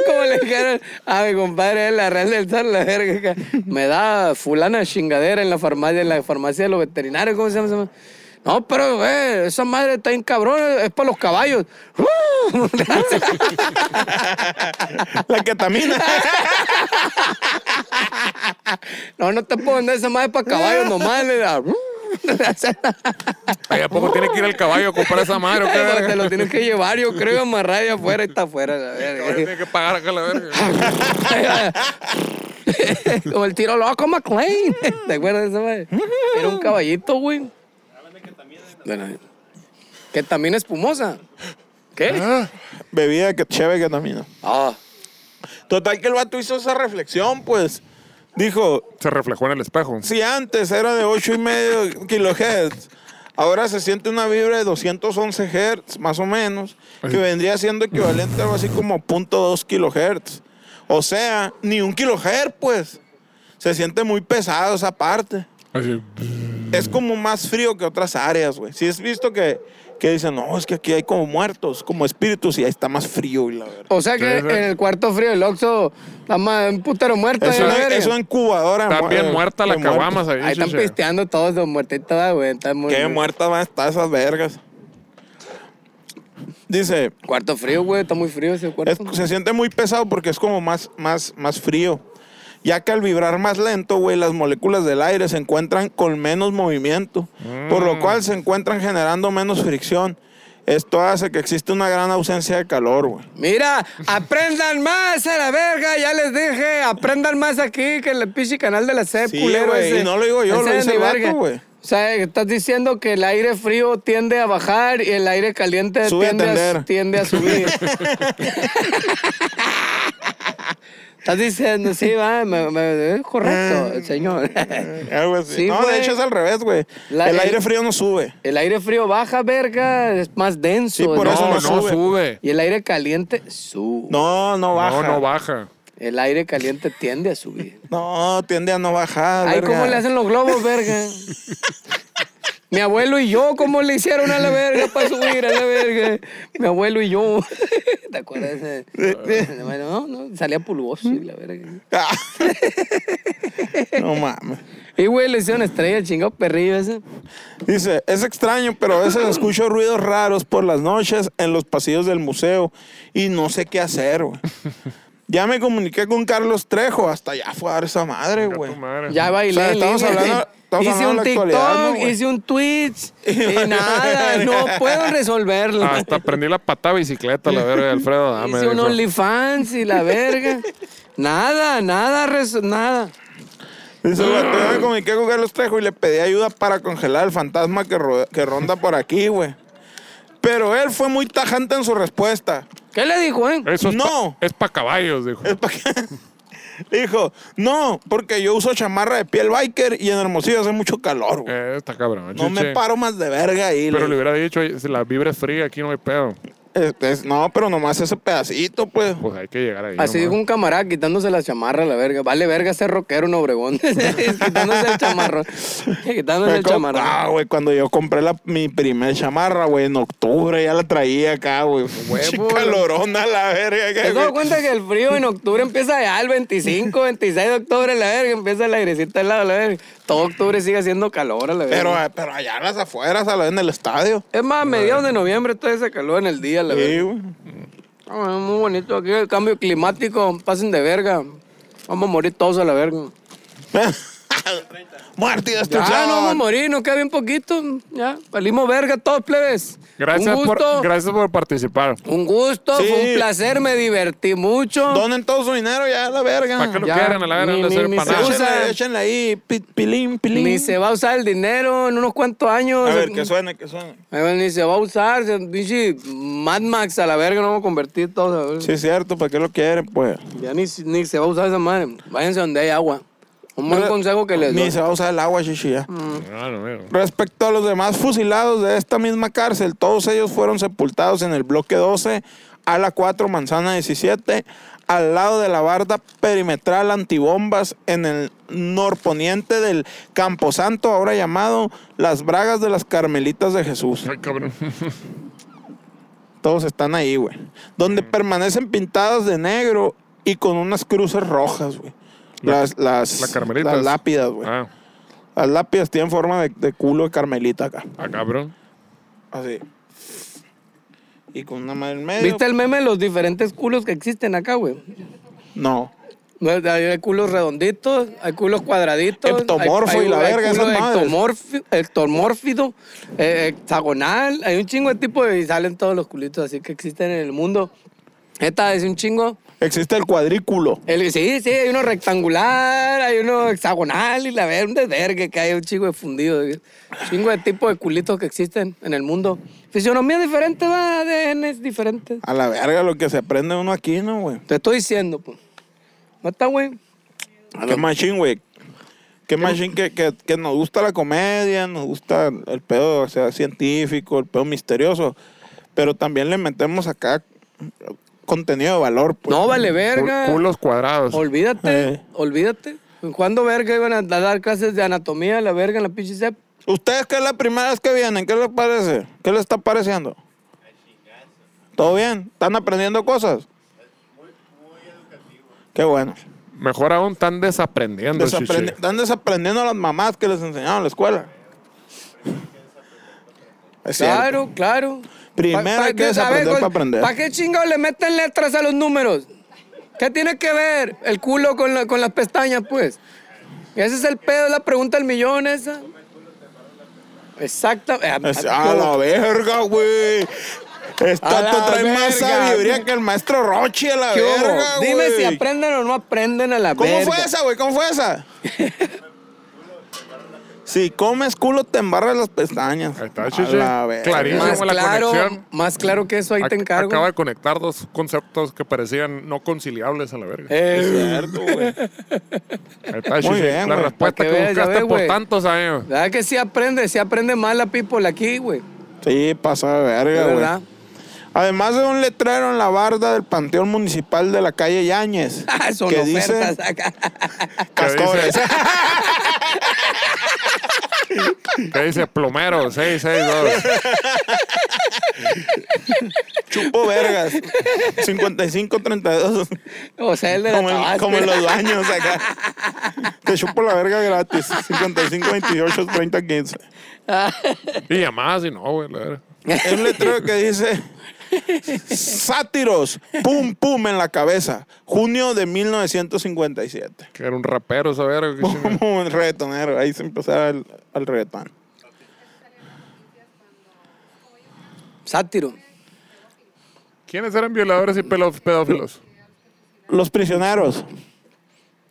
Como le dijeron a mi compadre en la Real del Sal, la verga. que Me da fulana chingadera en la farmacia, en la farmacia de los veterinarios, ¿cómo se llama? esa madre? No, pero güey, esa madre está bien cabrón, es para los caballos.
La ketamina.
No, no te puedo vender esa madre para caballos nomás. Le da.
Ay, ¿a poco tiene que ir el caballo a comprar esa madre o qué verga?
Te lo tienes que llevar, yo creo, amarrar allá afuera y está afuera. La
Caballo
verga.
tiene que pagar acá la verga.
Como el tiro loco McLean. ¿Te acuerdas de esa madre? Era un caballito, güey. Bueno, que también espumosa. ¿Qué?
Ah,
Bebida que, chévere ketamina.
Ah.
Total que el vato hizo esa reflexión, pues. Dijo,
se reflejó en el espejo.
si antes era de 8 y medio kilohertz, ahora se siente una vibra de 211 hertz, más o menos, que vendría siendo equivalente a algo así como 0.2 kilohertz. O sea, ni un kilohertz, pues. Se siente muy pesado esa parte.
Así,
Es como más frío que otras áreas, güey. Si es visto que, que dicen, no, es que aquí hay como muertos, como espíritus, y ahí está más frío, y la verdad.
O sea que
Sí,
en
sí.
el cuarto frío del Oxxo está más un putero muerto.
Es
ahí, la
una,
verga.
es una incubadora.
Está
mu-
bien
eh,
muerta la
de muertos.
caguama, ahí.
Ahí están
chiche.
pisteando todos los muertitos, ah, güey. Están muy-
Qué muertas van a estar esas vergas. Dice,
Cuarto frío, güey. Está muy frío ese
es-
cuarto.
se siente muy pesado porque es como más, más, más frío. Ya que al vibrar más lento, güey, las moléculas del aire se encuentran con menos movimiento, por
Mm.
lo cual se encuentran generando menos fricción. Esto hace que existe una gran ausencia de calor, güey.
Mira, aprendan más a la verga, ya les dije, aprendan más aquí que en el pinche canal de la CEP,
Sí,
culero
güey,
ese.
y no lo digo yo,
Ese
lo
es
dice
mi
el vato,
verga.
güey.
O sea, estás diciendo que el aire frío tiende a bajar y el aire caliente
Sube a
tiende, a,
tender.
tiende a subir. estás diciendo, sí, va, me- me- es
Ah.
correcto, señor.
Eh, Algo así.
Sí,
no,
güey.
de hecho es al revés, güey.
La-
el
el-
aire frío no sube.
El aire frío baja, verga, es más denso.
Sí, por
¿no?
eso
No, no
sube.
sube.
Y el aire caliente sube.
No, no baja.
No, no baja.
El aire caliente tiende a subir.
No, tiende a no bajar.
Ay,
verga.
¿cómo le hacen los globos, verga? Mi abuelo y yo, ¿cómo le hicieron a la verga para subir a la verga? Mi abuelo y yo. ¿Te acuerdas? de- No, no, salía pulgoso y la verga.
Ah. no mames.
Y güey, le hicieron estrella, chingado perrillo ese.
Dice, es extraño, pero a veces escucho ruidos raros por las noches en los pasillos del museo y no sé qué hacer, güey. Ya me comuniqué con Carlos Trejo, hasta allá fue a dar esa madre,
Chinga
güey.
tu madre.
Ya bailé.
O sea,
en
estamos
línea.
hablando- estamos
hice
hablando de
un
la actualidad,
TikTok,
¿no, güey?
hice un Twitch y nada, no puedo resolverlo.
Hasta prendí la patada bicicleta, la verga, Alfredo. Dame.
hice un
ah, dijo.
OnlyFans y la verga. Nada, nada, res- nada.
Dice, güey, yo me comuniqué con Carlos Trejo y le pedí ayuda para congelar el fantasma que, ro- que ronda por aquí, güey. Pero él fue muy tajante en su respuesta.
¿Qué le dijo, eh?
Eso es
No.
Pa, es para caballos, dijo.
Es pa' que- Dijo, no, porque yo uso chamarra de piel biker y en Hermosillo hace mucho calor, güey.
Eh, está cabrón.
No me
chiche.
paro más de verga ahí.
Pero
le-
le hubiera dicho, oye, si la vibra es fría, aquí no hay pedo.
Este, es- no, pero nomás ese pedacito, pues.
Pues hay que llegar ahí. nomás.
Así dijo un camarada quitándose la chamarra a la verga. Vale verga ser rockero en Obregón. quitándose el chamarro. quitándose el
Me co-
chamarro.
Ah, güey, cuando yo compré la, mi primer chamarra, güey, en octubre ya la traía acá, güey.
Huevo,
Chica calorona la verga.
¿Te
güey.
has dado cuenta que el frío en octubre empieza ya el 25, 26 de octubre, la verga? Empieza el airecito al lado, la verga. Todo octubre sigue haciendo calor, a la verga.
Pero, ah, eh, pero allá en las afueras, a la vez en el estadio.
es más, a mediados de noviembre todo ese calor en el día, la verga.
Sí, güey.
Ah, muy bonito aquí el cambio climático. Pasen de verga. Vamos a morir todos a la verga.
Muerte y
Ya,
destrucción.
no vamos a morir, nos queda bien poquito. Ya, valimos verga todos, plebes.
Gracias,
un gusto.
por, gracias por participar.
Un gusto,
Sí.
fue un placer, me divertí mucho.
Donen todo su dinero ya a la verga.
¿Para qué lo
Ya,
quieren? A la verga,
ni-
no
ni-
sirve
ni
para
se
nada.
usa.
Échenle, échenle ahí, pi- pilín, pilín.
Ni se va a usar el dinero en unos cuantos años.
A ver, que suene, que suene.
Ay, bueno, Ni se va a usar, se- pinche Mad Max a la verga, no vamos a convertir todos. a la verga.
Sí, es cierto, ¿para qué lo quieren, pues?
Ya ni, ni se va a usar esa madre. Váyanse donde hay agua. Un buen consejo que les
Ni
doy. Mm.
se va a usar el agua, chichi, ya.
Ah, no, mira.
Respecto a los demás fusilados de esta misma cárcel, todos ellos fueron sepultados en el bloque 12, a la 4, manzana 17, al lado de la barda perimetral antibombas en el norponiente del Camposanto, ahora llamado Las Bragas de las Carmelitas de Jesús.
Ay, cabrón.
Todos están ahí, güey. Donde
Mm.
permanecen pintadas de negro y con unas cruces rojas, güey.
La-
Las, las,
La carmelita.
las lápidas, güey.
Ah,
Las lápidas tienen forma de, de culo de carmelita acá.
ah, cabrón.
Así. Y con una madre en medio.
¿Viste el meme de los diferentes culos que existen acá, güey?
No.
Bueno, Pues, Hay hay culos redonditos, hay culos cuadraditos. hay-
Ectomorfo
hay-
y la
hay
verga,
culo
esas madres.
ectomorfi- Ectomórfido, eh, hexagonal. Hay un chingo de tipo de- y salen todos los culitos así que existen en el mundo. Esta es un chingo.
Existe el cuadrículo.
El- sí, sí, hay uno rectangular, hay uno hexagonal y la verga, un desvergue que hay un chingo de fundido. güey. Chingo de tipos de culitos que existen en el mundo. Fisionomía diferente, va, ADN diferentes.
A la verga lo que se aprende uno aquí, ¿no, güey?
Te estoy diciendo, pues. ¿No está, güey?
Qué machín, güey. Qué machín que, que, que nos gusta la comedia, nos gusta el pedo o sea, científico, el pedo misterioso. Pero también le metemos acá contenido de valor. pues.
No vale
Cul-
verga.
Culos cuadrados.
Olvídate,
Eh.
olvídate. ¿Cuándo verga iban a dar clases de anatomía a la verga en la pinche CEP?
¿Ustedes que es la primera vez que vienen? ¿Qué les parece? ¿Qué les está pareciendo? ¿Todo bien? ¿Están aprendiendo cosas? Qué bueno.
Mejor aún están desaprendiendo. chichi.
Desaprende- están desaprendiendo a las mamás que les enseñaron en la escuela. Es cierto.
Claro, claro.
Primero hay que desaprender para aprender.
¿Para qué chingados le meten letras a los números? ¿Qué tiene que ver el culo con, la- con las pestañas, pues? Ese es el pedo, es la pregunta del millón esa. eh, Exactamente.
Es- a la verga, güey.
A
Esta
la
te trae más
verga.
sabiduría que el maestro Rochi a la
¿Qué hubo?
verga, güey.
Dime si aprenden o no aprenden a la
¿Cómo
verga.
fue esa, güey? ¿Cómo fue esa? si comes culo, te embarras las pestañas.
Ahí está,
A
chiche.
la verga.
Clarísimo.
Más
Hicimos la
claro,
conexión.
más claro que eso, ahí te
Ac-
encargo.
Acaba de conectar dos conceptos que parecían no conciliables a la verga.
Es
Eh,
cierto, güey.
Ahí está, chichi.
bien,
la
güey.
respuesta
Pa'
que,
que veas, ya
buscaste
ves,
por
güey.
tantos años.
¿Verdad que sí aprende? Sí aprende más la people aquí, güey.
Sí, pasa de
De
verga,
verdad.
güey. Además de un letrero en la barda del Panteón Municipal de la calle Yáñez.
Ah, Son
que
ofertas
dice
acá.
Castores.
Que dice plomero 662.
Chupo vergas. 5532.
O sea, el de la
Como, en-
Tabasco.
como en los baños acá. Te chupo la verga gratis. 5528 3015.
y llamadas y no, güey. la verga.
Es un letrero que dice Sátiros, pum pum en la cabeza. Junio de 1957.
Que era un rapero esa verga. qué chingada.
Como un reggaetonero. Ahí se empezaba el, el reggaetón.
Sátiro.
¿Quiénes eran violadores y pelo- pedófilos?
Los prisioneros,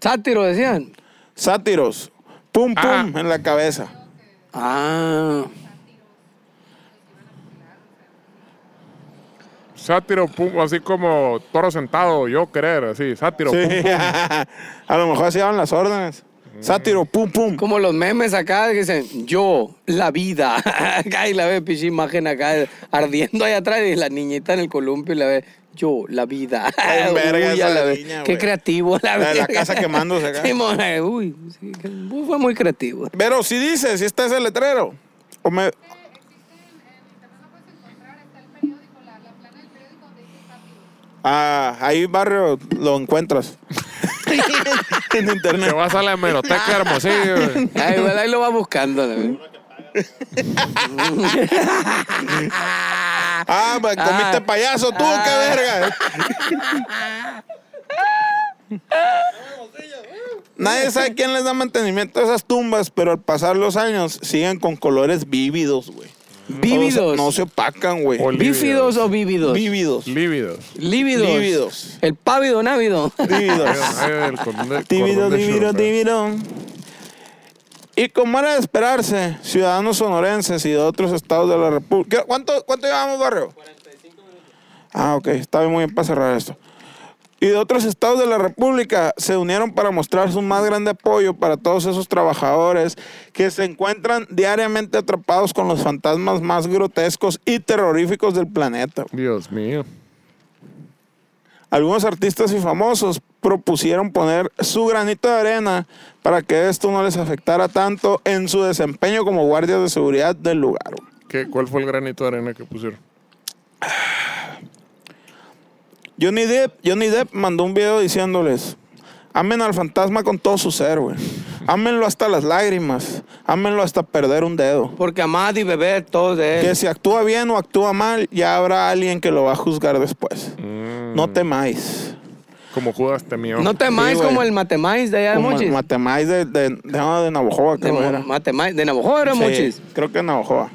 Sátiro, decían.
sátiros, pum pum
Ah.
en la cabeza.
Ah.
Sátiro, pum, así como toro sentado, yo querer, así. Sátiro,
Sí.
pum, pum.
A lo mejor así daban las órdenes. Sátiro, pum, pum.
Como los memes acá que dicen, yo, la vida. acá y la ve, pinche imagen acá ardiendo ahí atrás y la niñita en el columpio y la ve, yo, la vida.
Ay, verga
Uy,
esa
a la vez.
niña,
Qué
güey.
creativo la
La de la
verga.
casa quemándose acá.
Simón, eh, uy, sí, que fue muy creativo.
Pero si dice, si está ese letrero. O me- Ah, ahí barrio lo encuentras. en
Te
internet.
vas a la hemeroteca hermosillo. güey.
Ahí, güey, ahí lo va buscando. la verga.
Ah, pues, comiste
Ah.
payaso tú, qué verga. Nadie sabe quién les da mantenimiento a esas tumbas, pero al pasar los años siguen con colores vívidos, güey.
Vívidos.
No se opacan, güey.
Ol-
¿Bífidos o vívidos?
Vívidos.
Lívidos.
Lívidos.
Lívidos.
El pávido návido.
Vívidos. Divido,
Lívidos,
divido, divido. Y como era de esperarse, ciudadanos sonorenses y de otros estados de la República. ¿Cuánto, cuánto llevamos, barrio? 45 minutos. Ah, ok, está muy bien para cerrar esto. Y de otros estados de la República se unieron para mostrar su más grande apoyo para todos esos trabajadores que se encuentran diariamente atrapados con los fantasmas más grotescos y terroríficos del planeta.
Dios mío.
Algunos artistas y famosos propusieron poner su granito de arena para que esto no les afectara tanto en su desempeño como guardias de seguridad del lugar.
¿Qué, ¿Cuál fue el granito de arena que pusieron?
Johnny Depp, Johnny Depp mandó un video diciéndoles, amen al fantasma con todo su ser, güey. Ámenlo hasta las lágrimas, ámenlo hasta perder un dedo.
Porque amad y beber todos de él.
Que si actúa bien o actúa mal, ya habrá alguien que lo va a juzgar después. No temáis.
Como Judas temió.
No temáis
Sí, güey.
como el matemáis de allá de
Como
Mochis.
el matemáis de, de, de, no, de Navajoa, creo
de,
era.
matemáis. de Navajo era
Sí,
Mochis.
Creo que en Navajoa.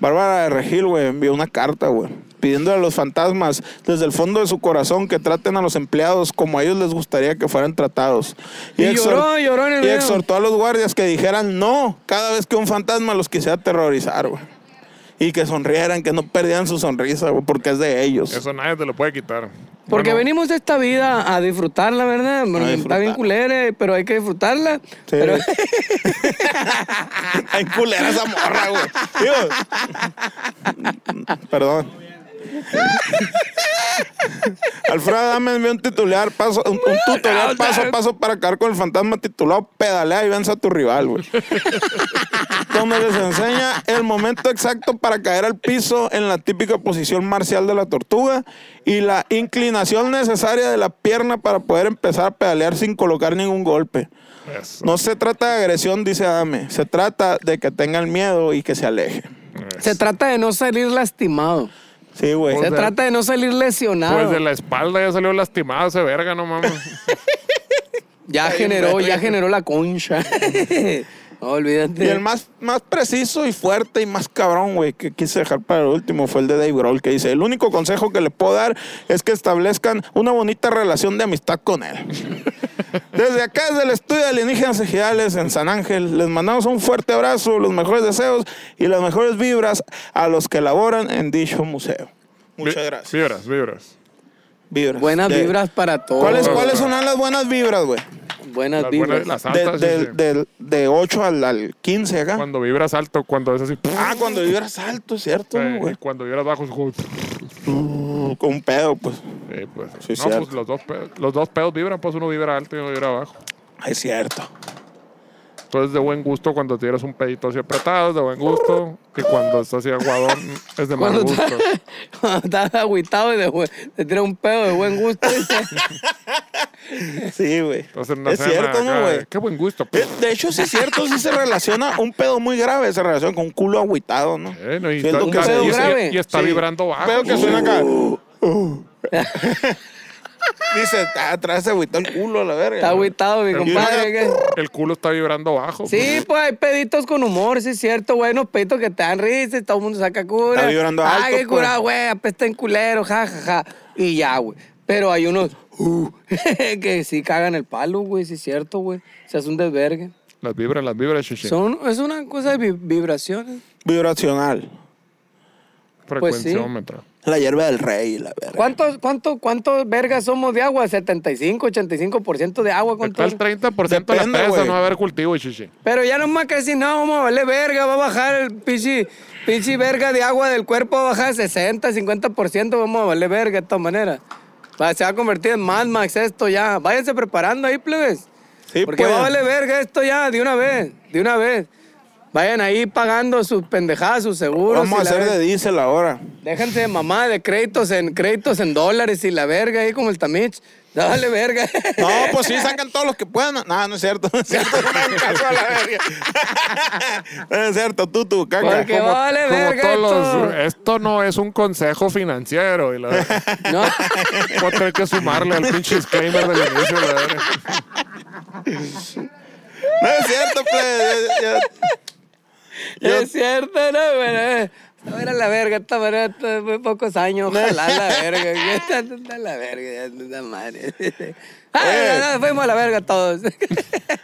Bárbara de Regil, güey, envió una carta, güey, pidiendo a los fantasmas desde el fondo de su corazón que traten a los empleados como a ellos les gustaría que fueran tratados.
Y lloró, lloró en el
y
video.
exhortó a los guardias que dijeran no cada vez que un fantasma los quisiera aterrorizar, güey. Y que sonrieran, que no perdieran su sonrisa, güey, porque es de ellos.
Eso nadie te lo puede quitar.
Porque
Bueno,
venimos de esta vida a disfrutarla, ¿verdad? Bueno, está
disfrutar.
bien culera, pero hay que disfrutarla. Pero,
Pero... Ay, culera esa morra, güey. Digo, Perdón. Alfredo Dame envió un titular paso, un, un tutorial paso a paso para acabar con el fantasma titulado Pedalea y vence a tu rival, güey. Donde les enseña el momento exacto para caer al piso en la típica posición marcial de la tortuga y la inclinación necesaria de la pierna para poder empezar a pedalear sin colocar ningún golpe.
eso.
No se trata de agresión, dice Adame. Se trata de que tengan miedo y que se aleje.
eh.
se trata de no salir lastimado.
Sí, güey.
Se trata de no salir lesionado.
Pues de la espalda ya salió lastimado ese verga, no mames.
Ya generó, ya generó la concha. no, olvídate.
Y el más, más preciso y fuerte y más cabrón, güey, que quise dejar para el último fue el de Dave Grohl, que dice, el único consejo que le puedo dar es que establezcan una bonita relación de amistad con él. Desde acá, desde el estudio de Alienígenas Ejidales en San Ángel, les mandamos un fuerte abrazo, los mejores deseos y las mejores vibras a los que laboran en dicho museo. Muchas
Vi-
gracias.
Vibras, vibras.
Vibras.
Buenas
De-
vibras para todos.
¿Cuáles,
Oh.
¿Cuáles son las buenas vibras, güey?
Buenas
Las
vibras.
buenas, las
De,
altas.
del-
sí, sí.
del- de 8 al, al 15 acá.
Cuando vibras alto, cuando es así.
Ah, cuando vibras alto, es cierto,
eh,
güey.
y cuando vibras bajo, es como-
Con un pedo, pues.
Eh, pues,
Sí,
no,
cierto.
pues los dos, pedos, los dos pedos vibran, pues uno vibra alto y uno vibra abajo.
Ah, Es cierto.
Entonces, de buen gusto cuando tienes un pedito así apretado, es de buen gusto. Y cuando estás así aguadón, es de mal
Cuando
gusto.
estás estás agüitado y de bu- te tira un pedo de buen gusto.
Sí, güey.
Estás en una
Es
cena
cierto, ¿no,
acá,
güey?
Qué buen gusto. pues,
Eh, De hecho, sí es cierto, sí se relaciona un pedo muy grave, se relaciona con un culo agüitado, ¿no?
Eh, no, y,
Sí, es
está,
lo que
está-
se-
y-
Un pedo
y-
grave.
y está
Sí.
vibrando bajo. Uh,
Pedo que suena acá. Dice, "Ah, atrás se agüitó el culo a la verga.
Está agüitado, mi
Pero-
compadre. que-
El culo está vibrando bajo.
Sí, pues hay peditos con humor, sí es cierto, güey. Unos peditos que te dan risa y todo el mundo saca cura.
Está vibrando
Ay,
alto,
qué curado,
pues.
güey. Apesta en culero, ja, ja, ja. Y ya, güey. Pero hay unos uh, que sí cagan el palo, güey, sí es cierto, güey. Se hace un desvergue.
Las vibras, las vibras, chichi.
Son, es una cosa de vi- vibraciones.
Vibracional.
pues sí.
Frecuenciómetro.
La hierba del rey, la verga.
¿Cuántos, cuánto, ¿Cuántos vergas somos de agua? 75, 85% de agua.
Está
¿cuánto?
el 30% de la
Depende,
pesa,
güey.
no va a haber cultivo, chichi.
Pero ya nomás que si no, vamos a valer verga, va a bajar el pichi, pichi verga de agua del cuerpo, va a bajar 60, 50%, vamos a valer verga de todas maneras. Va, se va a convertir en Mad Max esto ya. Váyanse preparando ahí, plebes.
Sí,
Porque
pues.
va a valer verga esto ya, de una vez, de una vez. Vayan ahí pagando sus pendejadas, sus seguros.
Vamos
y
a
la
hacer
verga.
de diésel ahora.
Déjense de mamá de créditos en créditos en dólares y la verga ahí como el Tamich. Dale verga.
No, pues sí, sacan todos los que puedan. No, no es cierto, no es cierto. No hagan caso a la verga. No es cierto, tú, tú, caca.
Porque
¿Cómo?
vale
Como
verga
todos
esto.
los- esto no es un consejo financiero. Y la verdad,
No.
voy a tener que sumarle al pinche disclaimer del inicio. La verdad.
No es cierto, pues. Ya- ya-
Es cierto, no, pero. eh, A ver a la verga, esta manera, esto muy pocos años, ojalá a la verga. que Esta esta la verga, ya esta madre. Ay,
Eh.
no, no, fuimos a la verga todos.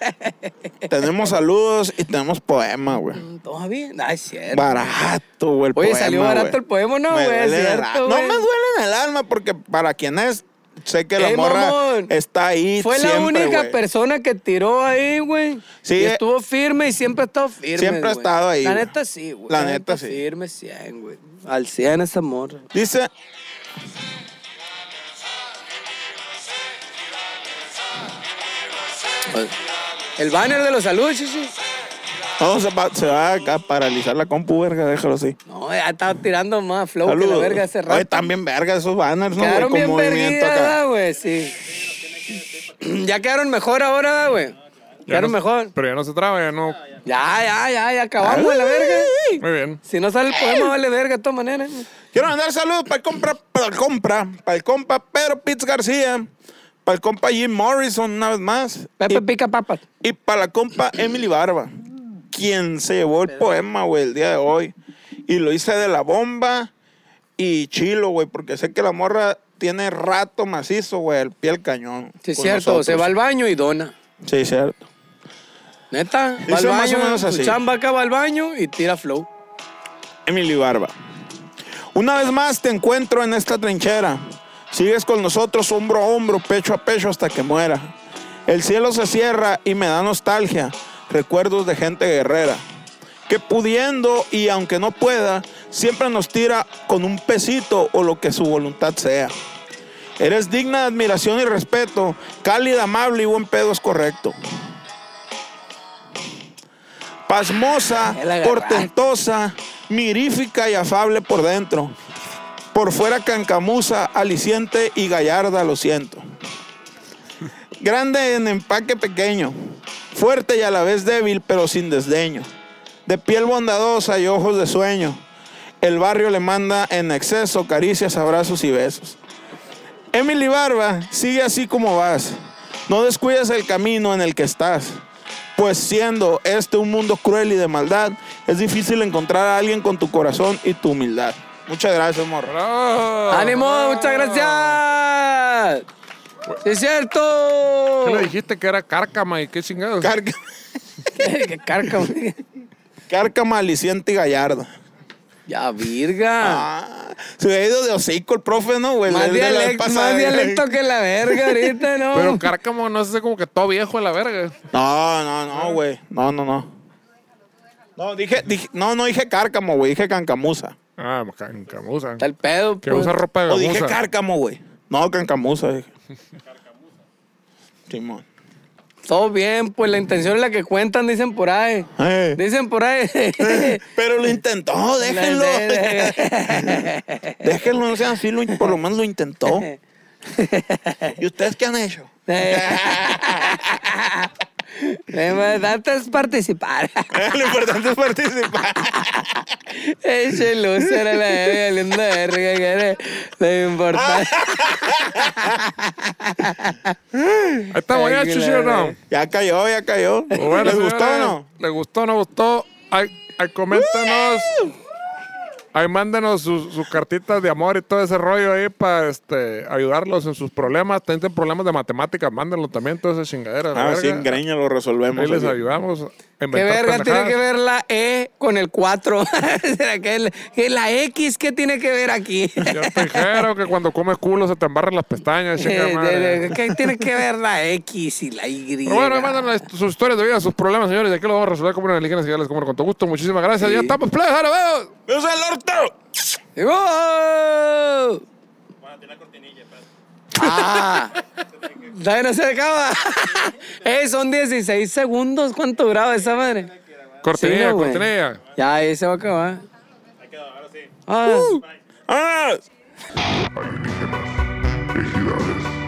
Tenemos saludos y tenemos poema, güey.
¿Todo bien? Ah, es cierto.
Barato, güey. el
Oye,
poema,
salió barato
güey.
el poema, ¿no,
Me
güey?
duele
Es
en el
cierto,
al- No
güey.
me duele en el alma porque para quien es, sé que la
Ey,
morra
Eh, mamón.
está ahí.
Fue la
siempre,
única
güey.
persona que tiró ahí, güey.
Sí,
Y
eh.
estuvo firme y siempre ha estado firme.
Siempre ha
güey.
estado ahí,
La
güey.
neta sí, güey.
La neta sí.
Firme 100, güey. Al 100 esa morra.
Dice.
El banner de los saludos, chichi.
No, se va, se va acá a paralizar la compu, verga, déjalo así.
No, ya estaba tirando más flow que la
Saludos.
verga hace rato.
Oye, también verga esos banners, ¿no? güey?
Quedaron
Con
bien
movimiento
perdidas,
acá.
¿verdad, güey, sí. ya quedaron mejor ahora, ¿verdad, güey.
Ya no-
Quedaron mejor.
Pero ya no se traba, ya no.
Ya, ya, ya, ya acabamos la verga.
Ah,
Muy bien.
Si no sale el poema, vale verga de todas maneras.
Quiero mandar saludos para el compra, para el compra, para el compa Pedro Pitts García, para el compa Jim Morrison una vez más,
Pepe pica papas.
y, y para la compa Emily Barba, quien se llevó el poema, güey, el día de hoy. Y lo hice de la bomba y chilo, güey, porque sé que la morra tiene rato macizo, güey, el pie al cañón.
Sí, es
con
cierto,
nosotros.
se va al baño y dona.
Sí, cierto.
Neta, va al
Dice más o
baño,
menos
su
así.
chamba acá va al baño y tira flow.
Emily Barba. Una vez más te encuentro en esta trinchera. Sigues con nosotros hombro a hombro, pecho a pecho hasta que muera. El cielo se cierra y me da nostalgia, recuerdos de gente guerrera, que pudiendo y aunque no pueda, siempre nos tira con un pesito o lo que su voluntad sea. Eres digna de admiración y respeto, cálida, amable y buen pedo es correcto. Pasmosa,
Ya la agarraste.
portentosa, mirífica y afable por dentro. Por fuera cancamusa, aliciente y gallarda, lo siento. Grande en empaque pequeño, fuerte y a la vez débil, pero sin desdeño. De piel bondadosa y ojos de sueño, el barrio le manda en exceso caricias, abrazos y besos. Emily Barba, sigue así como vas. No descuides el camino en el que estás. Pues siendo este un mundo cruel y de maldad, es difícil encontrar a alguien con tu corazón y tu humildad. Muchas gracias, morro.
¡Bravo!
Ah.
¡Ánimo! ¡Muchas gracias! ¡Sí es cierto!
¿Qué le dijiste que era cárcama y qué chingados?
Carga,
¡Qué carca, güey.
cárcama, aliciente y gallarda.
Ya, virga.
Ah, se hubiera ido de hocico el profe, ¿no, güey?
más
El de la vez
dialecto,
pasada.
más dialecto que la verga ahorita, ¿no?
Pero cárcamo no sé como que todo viejo a la verga.
No, no,
Ah.
no, güey. No, no, no. No, dije, dije- no, no dije cárcamo, güey. Dije cancamusa.
Ah, cancamusa.
Está el pedo,
Que
pues.
usa ropa de
O dije
gamuza.
cárcamo, güey. No, cancamusa. Dije. Simón.
Todo bien, pues la intención es la que cuentan, dicen por ahí.
Eh.
Dicen por ahí.
Pero lo intentó, déjenlo. déjenlo, no sea así, lo- por lo menos lo intentó. ¿Y ustedes qué han hecho?
Eh, Lo importante es participar.
Eh,
lo importante es participar.
Ese loser a la verga, linda verga, que eres. Lo importante.
Ah. Ahí está, voy a
Ay,
chuchar,
claro.
no.
Ya cayó, ya cayó.
Pues bueno,
¿Les gustó o
señores,
no?
¿Les gustó o no gustó? Ay, ay, coméntanos. Ahí mándenos sus, sus cartitas de amor y todo ese rollo ahí para este, ayudarlos en sus problemas. Tienen problemas de matemáticas, mándenlo también, todas esas chingaderas. la
Ah, sí,
verga.
en Greña lo resolvemos.
Ahí les
aquí.
ayudamos. a
¿Qué
inventar
verga tiene
pendejadas.
que ver la E con el 4? ¿Será que, el- que la X qué tiene que ver aquí?
Ya te dijeron que cuando comes culo se te embarran las pestañas, chica madre.
¿Qué tiene que ver la X y la Y?
Pero bueno, ahí mandan las- sus historias de vida, sus problemas, señores. Y aquí lo vamos a resolver como una inteligencia. Ya les como con todo gusto. Muchísimas gracias. Ya estamos, pues, plebes. Ahora vemos.
¡Es el orto!
¡Wow!
Bueno, tiene la cortinilla, pues. pero.
¡Ah! Todavía no se acaba. eh, son 16 segundos. ¿Cuánto graba esa madre?
Cortinilla,
Sí, no, güey.
cortinilla.
Ya, ahí se va a acabar.
Ahí quedó, ahora sí.
Ah.
¡Ah!
alienígenas, ejidales.